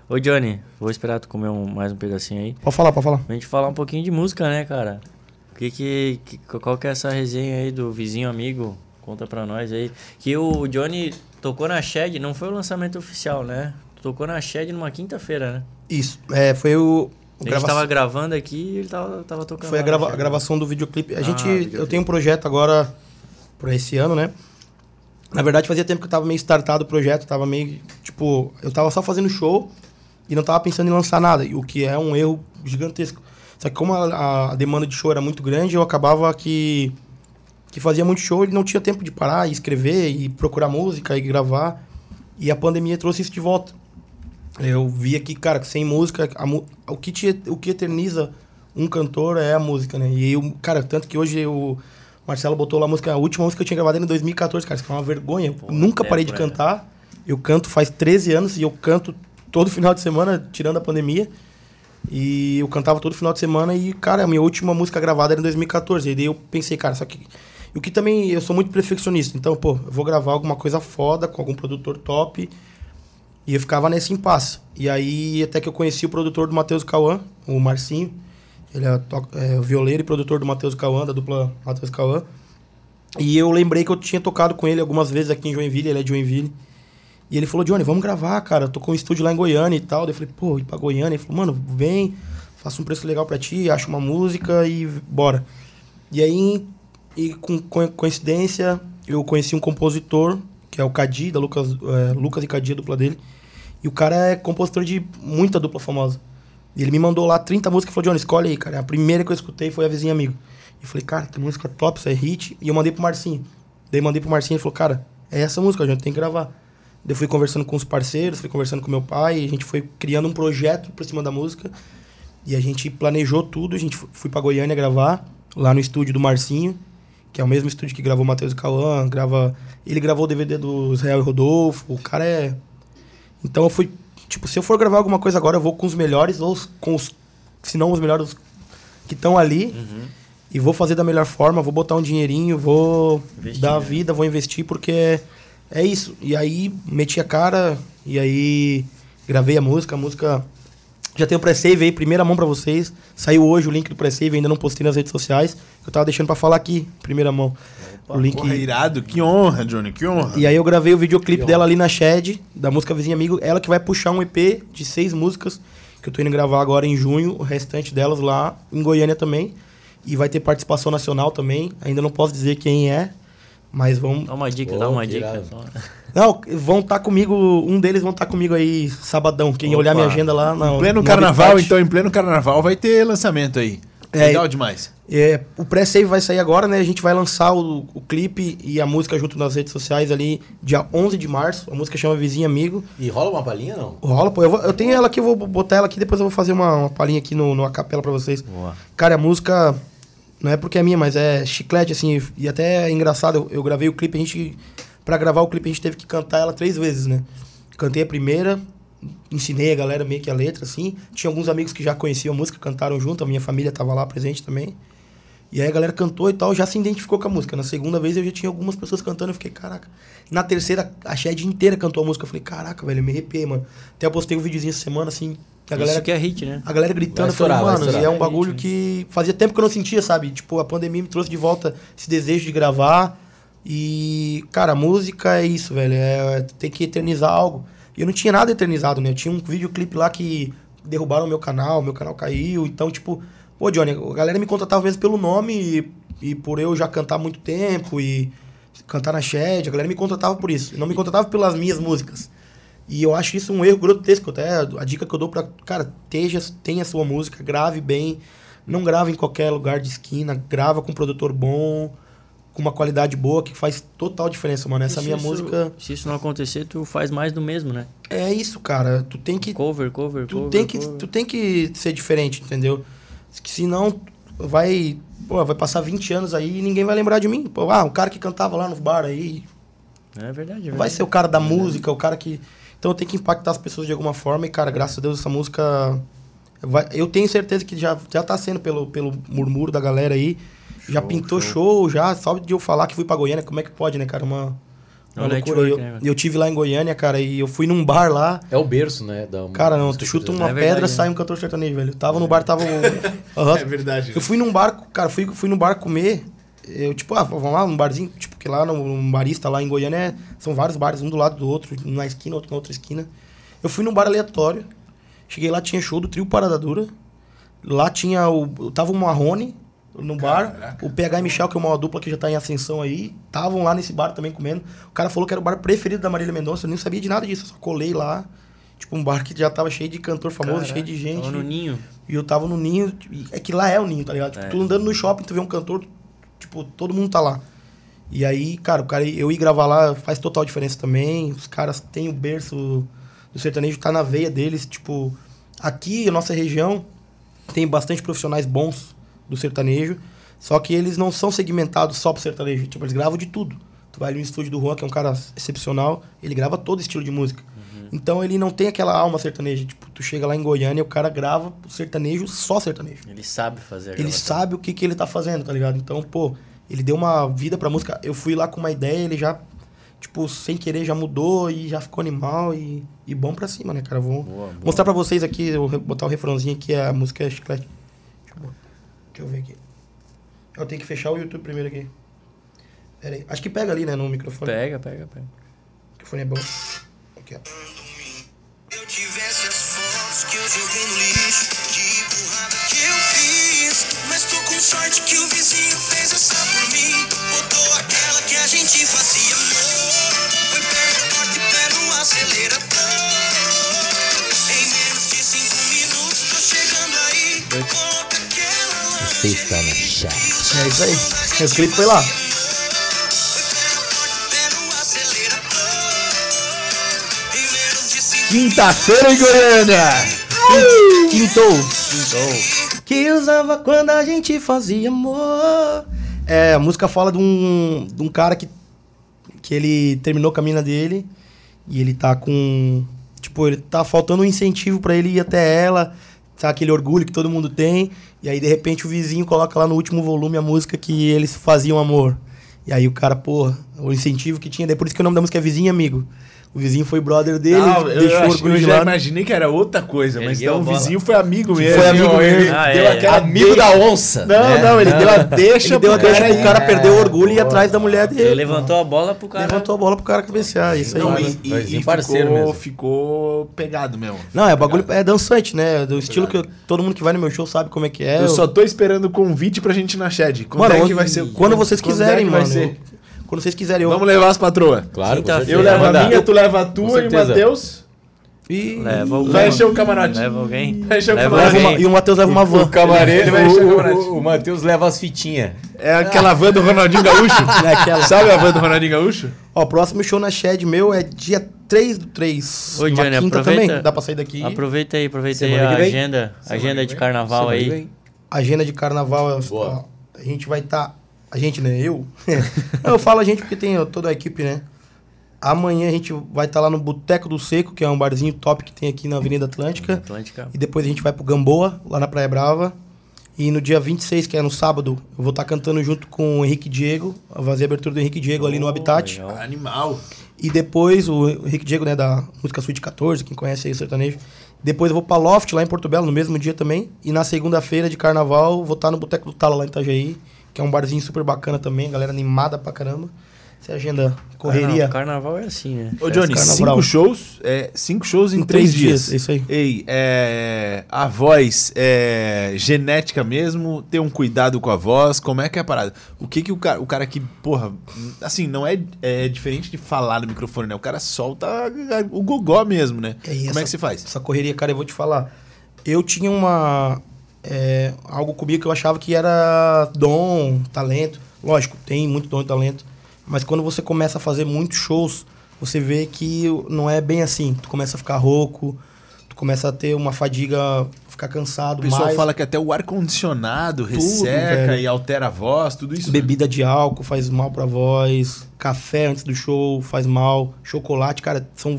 Ô, Johnny, vou esperar tu comer um- mais um pedacinho aí. Pode falar, pode falar. Pra gente falar um pouquinho de música, né, cara? Que que, que- qual que é essa resenha aí do vizinho amigo? Conta pra nós aí. Que o Johnny tocou na Shed, não foi o lançamento oficial, né? Tocou na Shed numa quinta-feira, né? Isso. É, foi o. o Ele grava- tava gravando aqui e ele tava, tava tocando. Foi a, lá na grava- Shed. a gravação do videoclipe. A né? Ah, gente. Eu videoclipe. tenho um projeto agora pra esse ano, né? Na verdade, fazia tempo que eu tava meio startado o projeto, tava meio. Tipo, eu tava só fazendo show e não tava pensando em lançar nada, e o que é um erro gigantesco. Só que como a, a demanda de show era muito grande, eu acabava que. que fazia muito show e não tinha tempo de parar e escrever e procurar música e gravar. E a pandemia trouxe isso de volta. Eu via que, cara, sem música, a mu- o, que te- o que eterniza um cantor é a música, né? E eu, cara, tanto que hoje o Marcelo botou lá a música, a última música que eu tinha gravado era em 2014, cara, isso que é uma vergonha. Eu nunca é, parei de pô, é. cantar. Eu canto faz 13 anos e eu canto todo [LAUGHS] final de semana, tirando a pandemia. E eu cantava todo final de semana e, cara, a minha última música gravada era em 2014. E daí eu pensei, cara, só que. E o que também. Eu sou muito perfeccionista. Então, pô, eu vou gravar alguma coisa foda com algum produtor top. E eu ficava nesse impasse. E aí, até que eu conheci o produtor do Matheus Cauã, o Marcinho. Ele é, to- é violeiro e produtor do Matheus Cauã, da dupla Matheus Cauã. E eu lembrei que eu tinha tocado com ele algumas vezes aqui em Joinville, ele é de Joinville. E ele falou, Johnny, vamos gravar, cara. Eu tô com um estúdio lá em Goiânia e tal. Daí eu falei, pô, ir pra Goiânia? Ele falou, mano, vem, faço um preço legal pra ti, acho uma música e bora. E aí, e com co- coincidência, eu conheci um compositor, que é o Cadi, da Lucas, é, Lucas e Cadi, a dupla dele. E o cara é compositor de muita dupla famosa. E ele me mandou lá 30 músicas e falou, Johnny, escolhe aí, cara. A primeira que eu escutei foi A Vizinha Amigo. E eu falei, cara, que música top, isso é hit. E eu mandei pro Marcinho. Daí mandei pro Marcinho e ele falou, cara, é essa música, Johnny, tem que gravar. Daí eu fui conversando com os parceiros, fui conversando com meu pai, a gente foi criando um projeto por cima da música. E a gente planejou tudo, a gente fu- fui pra Goiânia gravar, lá no estúdio do Marcinho, que é o mesmo estúdio que gravou Matheus e Cauã, grava... ele gravou o DVD do Israel e Rodolfo, o cara é... Então eu fui, tipo, se eu for gravar alguma coisa agora, eu vou com os melhores, ou os- com os, se não os melhores, os que estão ali, Uhum. e vou fazer da melhor forma, vou botar um dinheirinho, vou Investir, dar a né? vida, vou investir, porque é, é isso. E aí meti a cara, e aí gravei a música, a música. Já tem o pre-save aí, primeira mão pra vocês. Saiu hoje o link do pre-save, ainda não postei nas redes sociais. Eu tava deixando pra falar aqui, primeira mão. o link. Porra, irado. Que honra, Johnny, que honra. E aí eu gravei o videoclipe dela ali na Shed, da música Vizinha Amigo. Ela que vai puxar um EP de seis músicas, que eu tô indo gravar agora em junho, o restante delas lá em Goiânia também. E vai ter participação nacional também. Ainda não posso dizer quem é, mas vão. Dá uma dica, Pô, dá uma que dica. irado. só. Não, vão estar comigo. Um deles vão estar comigo aí sabadão. Quem olhar minha agenda lá na. Em pleno na carnaval, Habitat. então, em pleno carnaval vai ter lançamento aí. É, Legal demais. É, o pré-save vai sair agora, né? A gente vai lançar o, o clipe e a música junto nas redes sociais ali, dia 11 de março. A música chama Vizinha Amigo. E rola uma palhinha, não? Rola, pô. Eu, vou- eu tenho ela aqui, eu vou botar ela aqui, depois eu vou fazer uma, uma palhinha aqui no, numa capela pra vocês. Boa. Cara, a música não é porque é minha, mas é chiclete, assim, e até é engraçado. Eu, eu gravei o clipe, a gente. Pra gravar o clipe, a gente teve que cantar ela três vezes, né? Cantei a primeira, ensinei a galera meio que a letra, assim. Tinha alguns amigos que já conheciam a música, cantaram junto, a minha família tava lá presente também. E aí a galera cantou e tal, já se identificou com a música. Na segunda vez eu já tinha algumas pessoas cantando, eu fiquei, caraca. Na terceira, a Shed inteira cantou a música. Eu falei, caraca, velho, eu me arrepiei, mano. Até eu postei um videozinho essa semana, assim, que a galera Isso que é hit, né? a galera gritando, Vai estourar, eu vai falei, mano, estourar. e é um bagulho que fazia tempo que eu não sentia, sabe? Tipo, a pandemia me trouxe de volta esse desejo de gravar. E, cara, música é isso, velho. É, tem que eternizar algo. E eu não tinha nada eternizado, né? Eu tinha um videoclipe lá que derrubaram o meu canal, meu canal caiu. Então, tipo, pô, Johnny, a galera me contratava mesmo pelo nome e, e por eu já cantar há muito tempo e cantar na Shed. A galera me contratava por isso. Não me contratava pelas minhas músicas. E eu acho isso um erro grotesco. Até a dica que eu dou pra. Cara, teja, tenha sua música, grave bem. Não grave em qualquer lugar de esquina. Grava com um produtor bom, com uma qualidade boa, que faz total diferença, mano. Essa E se minha isso- música. Se isso não acontecer, tu faz mais do mesmo, né? É isso, cara. Tu tem que Cover, cover, tu cover. tem que cover. tu tem que ser diferente entendeu que senão vai pô, vai passar 20 anos aí e ninguém vai lembrar de mim pô, ah o cara que cantava lá no bar aí É verdade, é vai verdade. ser o cara da música o cara que então eu tenho que impactar as pessoas de alguma forma e cara graças a Deus essa música vai- eu tenho certeza que já já tá sendo pelo pelo murmúrio da galera aí já Show, pintou show. show, já só de eu falar que fui pra Goiânia como é que pode né cara uma É uma o loucura. network, Eu, né, velho? eu tive lá em Goiânia, cara, e eu fui num bar lá. É o berço, né? Da Cara, não, tu música chuta brasileira. uma É verdade, pedra, né? sai um cantor sertanejo, velho. Eu Tava no bar, tava o. [LAUGHS] Aham. É verdade. Eu fui num bar, cara, fui, fui num bar comer. Eu, tipo, ah, vamos lá, num barzinho, tipo, que lá, num barista lá em Goiânia, é- são vários bares, um do lado do outro, um na esquina, outro na outra esquina. Eu fui num bar aleatório, cheguei lá, tinha show do trio Parada Dura. Lá tinha o. Tava o Marrone no bar, o PH e Michel, que é uma dupla que já tá em ascensão aí, estavam lá nesse bar também comendo. O cara falou que era o bar preferido da Marília Mendonça, eu nem sabia de nada disso, eu só colei lá. Tipo, um bar que já tava cheio de cantor famoso, cheio de gente. Tava no ninho. E eu tava no ninho, e é que lá é o ninho, tá ligado? Tipo, É. tu andando no shopping, tu vê um cantor, tipo, todo mundo tá lá. E aí, cara, o cara, eu ir gravar lá faz total diferença também. Os caras têm o berço do sertanejo, tá na veia deles. Tipo, aqui, a nossa região, tem bastante profissionais bons do sertanejo, só que eles não são segmentados só pro sertanejo. Tipo, eles gravam de tudo. Tu vai ali no estúdio do Juan, que é um cara excepcional, ele grava todo estilo de música. Então ele não tem aquela alma sertaneja. Tipo, tu chega lá em Goiânia e o cara grava o sertanejo, só sertanejo. Ele sabe fazer a Ele gravação. sabe o que, que ele tá fazendo, tá ligado? Então, pô, ele deu uma vida pra música. Eu fui lá com uma ideia, ele já, tipo, sem querer, já mudou e já ficou animal e, e bom pra cima, né, cara? Vou Boa, boa. mostrar pra vocês aqui, eu vou botar o refrãozinho aqui, a música é chiclete. Deixa eu, bo- deixa eu ver aqui. Eu tenho que fechar o YouTube primeiro aqui. Pera aí. Acho que pega ali, né, no microfone. Pega, pega, pega. O microfone é bom. Aqui, ó. Eu tivesse as fotos que eu joguei no lixo, de burrada que eu fiz. Mas tô com sorte que o vizinho fez essa por mim. Botou aquela que a gente fazia amor. Foi pé no porta e pé no acelerador. Em menos de cinco minutos tô chegando aí. Conta aquela Você lanche. está na chave. É isso aí. Meu clipe foi lá. Foi pé no porta e pé no acelerador. Em menos de cinco Quinta-feira em Goiânia! Quintou. Quintou. Que usava quando a gente fazia amor. É, a música fala de um, de um cara que, que ele terminou com a mina dele e ele tá com. Tipo, ele tá faltando um incentivo pra ele ir até ela, tá aquele orgulho que todo mundo tem. E aí, de repente, o vizinho coloca lá no último volume a música que eles faziam amor. E aí o cara, porra, o incentivo que tinha. daí Por isso que o nome da música é Vizinho e Amigo. O vizinho foi brother dele, Ah, eu, deixou eu, o acho- orgulho eu de já lado. imaginei que era outra coisa, mas Ergueu então o a bola. vizinho foi amigo mesmo. amigo ó, ele mesmo. É. Ah, deu é. aquela Amigo da onça. um- Não, né? não, ele deu a deixa Ele deu a pro deixa cara pro aí. cara perder o orgulho e ir atrás da mulher Ele dele. levantou a bola pro cara. Levantou a bola pro cara cabecear, isso aí. Não, mano. e, Vai e- vir e parceiro ficou, mesmo. ficou pegado mesmo. Não, é bagulho é dançante, né? Do estilo que eu- todo mundo que vai no meu show sabe como é que é. Eu só tô esperando o convite pra gente ir na shed. Quando mano, é que onde- vai ser? quando vocês quando quiserem, é que mano. vai ser? Quando vocês quiserem, eu. Vamos levar as patroas. Claro, com Quinta-feira. Eu certeza. levo a Mandar. minha, tu leva a tua e o certeza. Matheus. Ih, É, Leva alguém. Vai encher o camarote. Leva [LAUGHS] alguém. Vai encher o Leva leva camarote. uma- alguém. e o Matheus leva uma van. O camareiro, Ele vai encher o camarote. o, o, o Matheus leva as fitinhas. É aquela van do Ronaldinho Gaúcho. [LAUGHS] É aquela. Sabe a van do Ronaldinho Gaúcho? Ó, o próximo show na Shed meu é dia 3 do 3. Oi, uma Johnny, quinta aproveita. também. Dá pra sair daqui. Aproveita aí, aproveita aí Semana a que vem. agenda, agenda de carnaval Semana que aí. vem. Agenda de carnaval. ó, Boa. a gente vai estar. a gente, né? Eu? [LAUGHS] Não, eu falo a gente porque tem ó, toda a equipe, né? Amanhã a gente vai estar lá no Boteco do Seco, que é um barzinho top que tem aqui na Avenida Atlântica. Atlântica. E depois a gente vai pro Gamboa, lá na Praia Brava. E no dia 26, que é no sábado, eu vou estar cantando junto com o Henrique Diego. a fazer a abertura do Henrique Diego ali no Habitat. legal. Animal. E depois o Henrique Diego, né, da música Suite 14, quem conhece aí o sertanejo. Depois eu vou pra Loft lá em Porto Belo, no mesmo dia também. E na segunda-feira de tá carnaval, vou estar no Boteco do Tala lá em Itajaí, que é um barzinho super bacana também, galera animada pra caramba. Se agenda correria. Carna- Carnaval é assim, né? Ô, Johnny, Carnaval. cinco shows, é, cinco shows em, Em três, três dias. dias, isso aí. Ei, é, a voz é genética mesmo? Ter um cuidado com a voz? Como é que é a parada? O que que o cara, o cara que, porra, assim, não é, é diferente de falar no microfone, né? O cara solta a- a- o gogó mesmo, né? É, e Como é essa- que você faz? Essa correria, cara, eu vou te falar. Eu tinha uma. é, algo comigo que eu achava que era dom, talento. Lógico, tem muito dom e talento. Mas quando você começa a fazer muitos shows, você vê que não é bem assim. Tu começa a ficar rouco, tu começa a ter uma fadiga, ficar cansado. O pessoal mais. fala que até o ar-condicionado resseca velho. e altera a voz, tudo isso. né? Bebida de álcool faz mal pra voz. Café antes do show faz mal. Chocolate, cara, são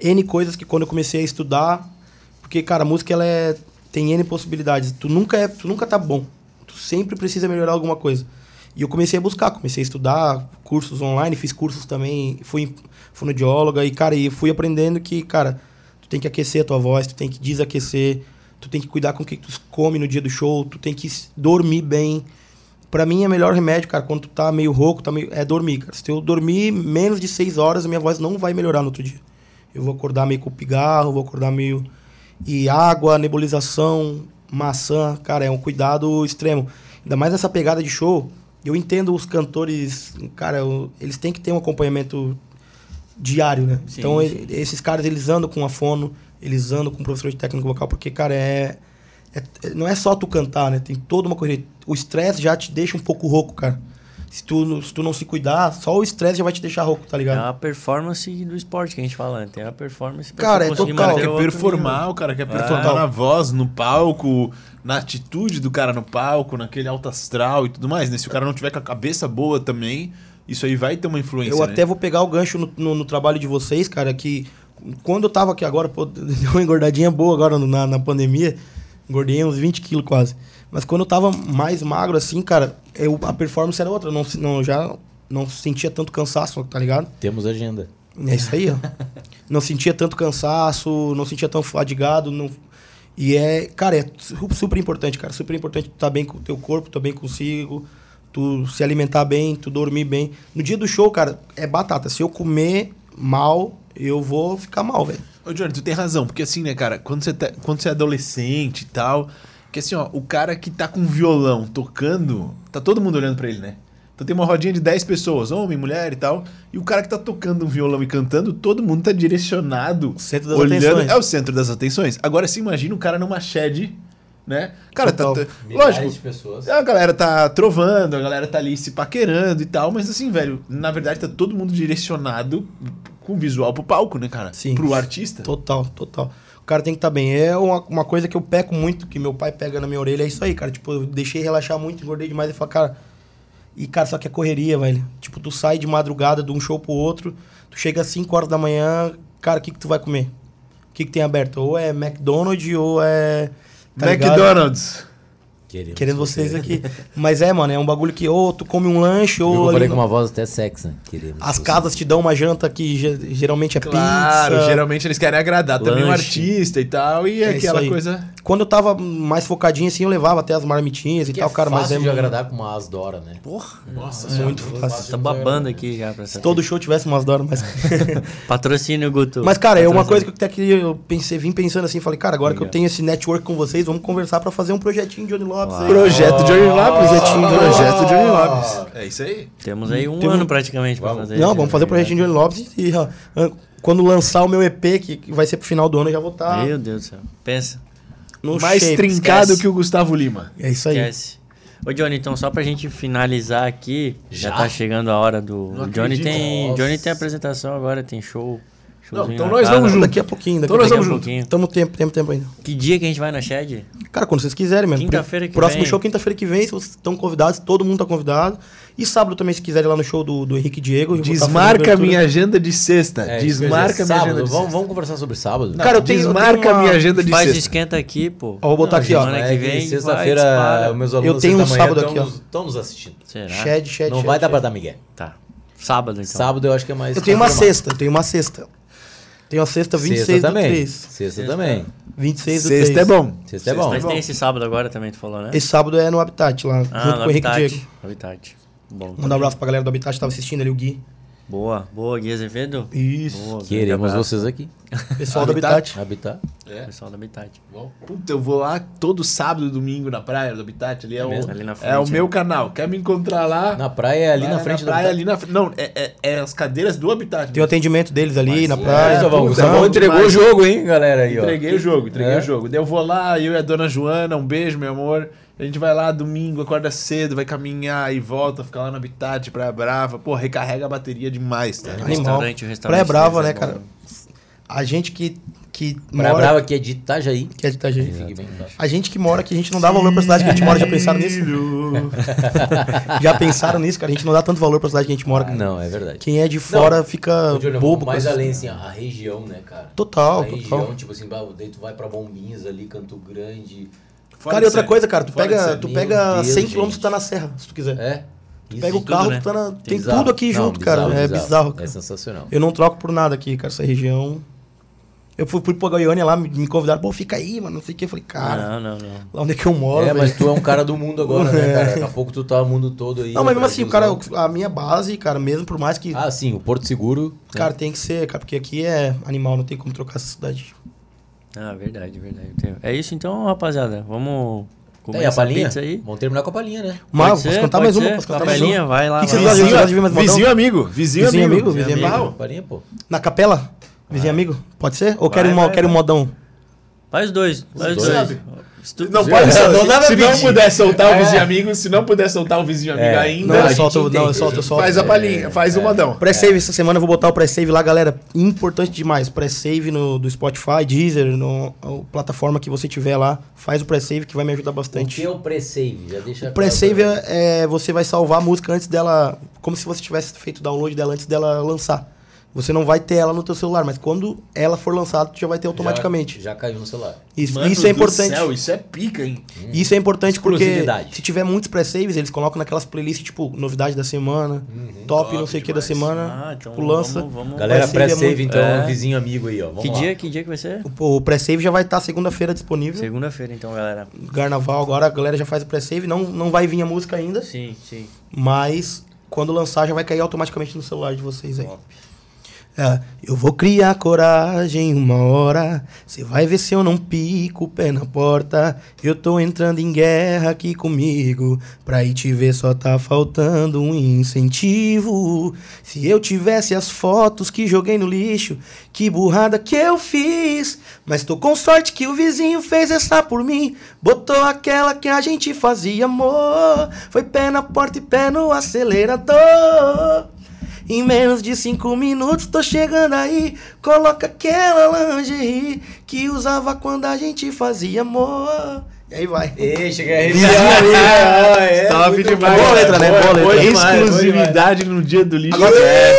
N coisas que quando eu comecei a estudar. Porque, cara, a música ela é, tem N possibilidades. Tu nunca, é, tu nunca tá bom. Tu sempre precisa melhorar alguma coisa. E eu comecei a buscar, comecei a estudar cursos online, fiz cursos também, fui fonoaudióloga e, cara, e fui aprendendo que, cara, tu tem que aquecer a tua voz, tu tem que desaquecer, tu tem que cuidar com o que tu come no dia do show, tu tem que s- dormir bem. Pra mim, é melhor remédio, cara, quando tu tá meio rouco, tá meio... é dormir, cara. Se eu dormir menos de seis horas, a minha voz não vai melhorar no outro dia. Eu vou acordar meio com pigarro, vou acordar meio. E água, nebulização, maçã, cara, é um cuidado extremo. Ainda mais nessa pegada de show, eu entendo os cantores, cara, eu- eles têm que ter um acompanhamento diário, né? Sim, então, sim. ele- esses caras, eles andam com afono, eles andam com professor de técnico vocal, porque, cara, é, é- Não é só tu cantar, né? Tem toda uma correria. O estresse já te deixa um pouco rouco, cara. Se tu, não- se tu não se cuidar, só o estresse já vai te deixar rouco, tá É Ah, ligado? a performance do esporte que a gente fala, né? Tem a performance pra Cara, tu é conseguir O total. manter cara Não, quer outro performar, nível. o cara quer É. performar na voz, no palco, na atitude do cara no palco, naquele alto astral e tudo mais, né? Se o cara não tiver com a cabeça boa também, isso aí vai ter uma influência, Eu né? até vou pegar o gancho no, no- no trabalho de vocês, cara, que quando eu tava aqui agora, pô, [LAUGHS] deu uma engordadinha boa agora no- na, na pandemia, engordei uns 20 quilos quase. Mas quando eu tava mais magro assim, cara, eu, a performance era outra, eu não, se- não eu já não sentia tanto cansaço, tá ligado? Temos agenda. É isso aí, ó. não sentia tanto cansaço, não sentia tão fadigado, não... E é, cara, é su- super importante, cara, super importante tu tá bem com o teu corpo, tá bem consigo, tu se alimentar bem, tu dormir bem. No dia do show, cara, é batata. Se eu comer mal, eu vou ficar mal, velho. Ô, Johnny, tu tem razão, porque assim, né, cara, quando você, tá- quando você é adolescente e tal, que assim, ó, o cara que tá com violão tocando, tá todo mundo olhando pra ele, né? Então tem uma rodinha de 10 pessoas, homem, mulher e tal, e o cara que tá tocando um violão e cantando, todo mundo tá direcionado, centro das olhando, atenções. é o centro das atenções. Agora se imagina o cara numa shed, né? Cara, tá, Total. tá- Milhares lógico, de É. pessoas. a galera tá trovando, a galera tá ali se paquerando e tal, mas assim, velho, na verdade tá todo mundo direcionado com o visual pro palco, né, cara? Sim. Pro artista. Total, total. O cara tem que estar bem. É uma, uma coisa que eu peco muito, que meu pai pega na minha orelha, é isso aí, cara. Tipo, eu deixei relaxar muito, engordei demais e falei, cara. E, cara, só que é correria, velho. Tipo, tu sai de madrugada de um show pro outro, tu chega às 5 horas da manhã, cara, o que, que tu vai comer? O que, que tem aberto? Ou é McDonald's ou é. tá ligado? McDonald's. Queremos, Querendo vocês aqui. Mas é, mano, é um bagulho que ou tu come um lanche Eu, ou. ali falei no- com uma voz até sexy, né? Queremos As vocês. casas te dão uma janta que ge- geralmente é Claro, pizza. geralmente eles querem agradar também o Lanche. artista e tal, e É isso aquela aí. coisa. Quando eu tava mais focadinho assim, eu levava até as marmitinhas e Que tal, é cara, mas fácil é de agradar com uma asdora, né? Porra, nossa, muito, muito fácil. Tá babando aqui já pra Se saber. todo show tivesse umas horas mais. Patrocínio, Guto. mas, cara, é uma Patrocínio. coisa que até que eu pensei, vim pensando assim, falei, cara, agora que eu tenho esse network com vocês, vamos conversar pra fazer um projetinho de Johnny Lopes aí. Projeto Johnny Lopes, projetinho. Projeto Johnny Lopes. Oh! É isso aí. Temos aí um Tem um- ano praticamente pra Vamos. fazer. Não, esse né? vamos fazer o negócio. projetinho de Johnny Lopes e ó, an- quando lançar o meu EP, que que vai ser pro final do ano, eu já vou estar Meu Deus do céu. Pensa, no Mais shape. trincado esquece. que o Gustavo Lima. É isso aí. esquece. Ô, Johnny, então só pra gente finalizar aqui, já, Já? tá chegando a hora do. Não o Johnny acredito. tem, Nossa. Johnny tem apresentação agora, tem show. showzinho Não, então na nós casa. vamos junto. Daqui a pouquinho, daqui Então nós a vamos pouquinho. um junto. pouquinho. Tamo tempo, tempo, tempo ainda. Que dia que a gente vai na Shed? Cara, quando vocês quiserem mesmo. Quinta-feira que Próximo vem. show, quinta-feira que vem. Se vocês estão convidados, todo mundo tá convidado. E sábado também, se quiserem, lá no show do, do Henrique Diego. eu vou tá fazendo Desmarca abertura. minha agenda de sexta. É, isso que eu ia dizer. Desmarca minha Sábado, agenda de vamos, sexta. vamos conversar sobre sábado? Cara, eu tenho- eu Desmarca tenho uma- minha agenda de Faz sexta. esquenta aqui, pô. Ó, vou botar aqui, ó. semana É que que vem, vai, Sexta-feira, dispara. meus alunos Eu tenho um sábado aqui, ó. Estão nos assistindo. Será? Shed, shed, Não shed, vai dar shed. pra dar Miguel. Tá. Sábado, então. Sábado eu acho que é mais. Então. Eu tenho uma confirmado. sexta, eu tenho uma sexta. Tenho a sexta 26 Sexta do também. 3. Sexta também. 26 do 3. Sexta é bom. Sexta é bom. Mas tem esse sábado agora também, tu falou, né? Esse sábado é no Habitat lá, Ah, junto no com o Henrique Habitat. Diego. Habitat. Bom, Mandar um abraço pra galera do Habitat que tava assistindo ali, o Gui. Boa, boa, Gui Azevedo. Isso. Boa, grande Queremos abraço, vocês aqui. Pessoal do Habitat. Habitar. É. Pessoal da metade. Puta, eu vou lá todo sábado e domingo na praia do Habitat. Ali é, o, mesmo? Ali na é o frente, meu né? canal. Quer me encontrar lá? Na praia, ali na Vai frente na praia, do ali na frente. Não, é, é- é as cadeiras do Habitat. Tem o atendimento deles ali na Ah, É, praia. Savão, o tudo, Savão tá? entregou mas- o jogo, hein, galera? Aí, ó. Entreguei o jogo, entreguei É. o jogo. Daí eu vou lá, eu e a dona Joana, um beijo, meu amor. A gente vai lá domingo, acorda cedo, vai caminhar e volta, fica lá no Habitat, Praia Brava. Pô, recarrega a bateria demais, tá? Animal. Restaurante, o restaurante. Praia Brava, deles né, é cara? bom. A gente que, que Praia mora... Brava, que é de Itajaí. Que é de Itajaí. Fique bem embaixo. A gente que mora aqui, a gente não dá valor pra cidade que a gente mora. Já pensaram nisso? [LAUGHS] Já pensaram nisso, cara? A gente não dá tanto valor pra cidade que a gente mora. Não, é verdade. Quem é de fora fica Ô, Júnior, bobo. com mais essas- além, assim, a região, né, cara? Total, a região, total. tipo assim, bah, daí tu vai pra Bombinhas ali, Canto Grande. Fora cara, de e outra série. coisa, cara, tu Fora de pega, série. tu Meu pega Deus, 100 km gente. tu tá na serra, se tu quiser. É? Isso pega o tudo, carro, né? tu tá na... tem Bizarro. tudo aqui Não, junto, cara. bizarro, é bizarro, cara. É sensacional. Eu não troco por nada aqui, cara, essa região. Eu fui, fui pra Goiânia lá, me, me convidaram, pô, fica aí, mano, não sei o que. Eu falei, cara, Não, não, não. lá onde é que eu moro, É, velho? É. mas tu é um cara do mundo agora, né, cara? Daqui a pouco tu tá o mundo todo aí. [LAUGHS] Não, mas mesmo assim, o cara, Brasilzão. a minha base, cara, mesmo por mais que. Ah, sim, o Porto Seguro. né? cara, tem que ser, cara, porque aqui é animal, não tem como trocar essa cidade. Ah, verdade, verdade. Tem- É isso então, rapaziada. Vamos Tá comer aí a essa palhinha? pizza aí. Vamos terminar com a palhinha, né? Mas Pode posso ser, cantar pode mais uma? ser. Posso cantar Papelinha, mais vai uma? lá, O que, que vai. vocês acham? Vocês acham de ver mais Vizinho, modão? vizinho amigo, vizinho, Vizinho amigo. amigo, vizinho amigo. Pau. Palhinha, pô. Na capela? Vizinho Ah. amigo? Pode ser? Ou Vai, quero, uma, vai, quero um vai. modão? Faz os dois. Faz os dois. dois. Se tu- Não pode Não dá soltar. pra Se não pedir. puder soltar o É. vizinho amigo, se não puder soltar o vizinho amigo É. ainda, Não, eu a gente solto, não, eu entende, solto, eu gente solto. faz a palhinha, faz o modão. Pré-save essa semana, eu vou botar o pré-save lá, galera. Importante demais. Pré-save no- do Spotify, Deezer, no, a plataforma que você tiver lá. Faz o pré-save que vai me ajudar O que bastante. é o pre-save? Já deixa O Pre-save claro pra mim. é, é você vai salvar a música antes dela, como se você tivesse feito o download dela antes dela lançar. Você não vai ter ela no teu celular, mas quando ela for lançada, tu já vai ter automaticamente. Já, já caiu no celular. Isso, Mano isso é do importante. céu, isso é pica, hein? Isso é importante Hum. porque Exclusividade. se tiver muitos pré-saves, eles colocam naquelas playlists tipo novidade da semana, top, não sei o que da semana, Ah, então tipo lança. vamos- vamos- Uhum. Galera, Pre-save é pré-save, muito- então, É. vizinho amigo aí, ó. Vamos Que lá. dia, que dia que vai ser? O, o pré-save já vai estar segunda-feira disponível. Segunda-feira, então, galera. Carnaval agora, a galera já faz o pré-save, não, não vai vir a música ainda, Sim, sim. mas quando lançar já vai cair automaticamente no celular de vocês aí. É, eu vou criar coragem uma hora. Você vai ver se eu não pico o pé na porta. Eu tô entrando em guerra aqui comigo. Pra ir te ver só tá faltando um incentivo. Se eu tivesse as fotos que joguei no lixo, que burrada que eu fiz. Mas tô com sorte que o vizinho fez essa por mim. Botou aquela que a gente fazia amor. Foi pé na porta e pé no acelerador. Em menos de cinco minutos tô chegando aí. Coloca aquela lingerie que usava quando a gente fazia amor. E aí vai. Ei, chega aí. É, é Top demais. Boa letra, né? Boa letra. Exclusividade no dia do lixo. É.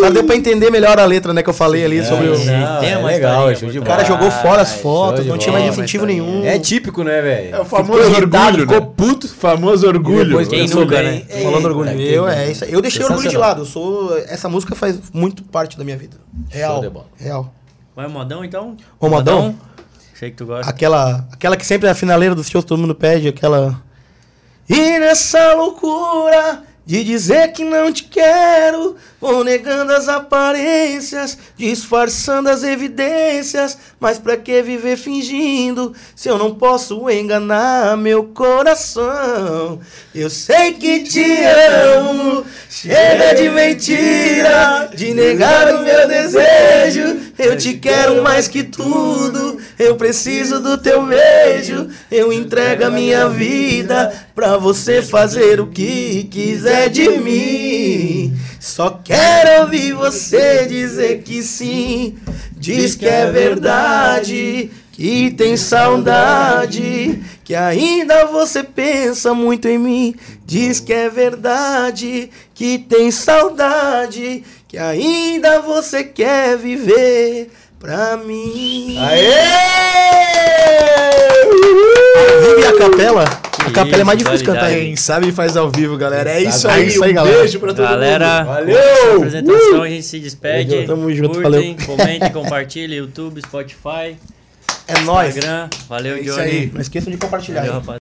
Só deu pra entender melhor a letra, né, que eu falei ali sobre sim. o. Tem é uma historinha legal, é show por trás. de O bola. cara jogou fora as Show fotos, de não tinha mais bola. incentivo nenhum. É típico, né, velho? É o famoso orgulho, ficou né? puto, famoso orgulho. Depois Quem pensou nunca, bem. né? Eita, Falando orgulho. quem Eu, nunca. é isso aí. Eu deixei o orgulho de Sensacional. lado. Eu sou. Essa música faz muito parte da minha vida. Real. de bola. Real. Vai o modão, então? Ô, modão. Sei que tu gosta. Aquela, aquela que sempre é a finaleira dos shows todo mundo pede, aquela. E nessa loucura de dizer que não te quero, vou negando as aparências, disfarçando as evidências. Mas pra que viver fingindo se eu não posso enganar meu coração? Eu sei que te amo, chega de mentira, de negar o meu desejo. Eu te quero mais que tudo, eu preciso do teu beijo. Eu entrego a minha vida pra você fazer o que quiser de mim. Só quero ouvir você dizer que sim, diz que é verdade. Que tem saudade, que ainda você pensa muito em mim. Diz que é verdade, que tem saudade, que ainda você quer viver pra mim. Vive a capela? a capela é mais isso, difícil cantar qualidade. ainda. Quem sabe faz ao vivo, galera. É isso sabe. aí, É isso um aí, galera. beijo pra todo Galera, mundo. com essa apresentação a gente se despede. Valeu, tamo junto, Curtem, comentem, compartilhem. YouTube, Spotify, É nóis. Instagram. Valeu, É isso Johnny. aí. É Não esqueçam de compartilhar. Valeu, hein? rapaziada.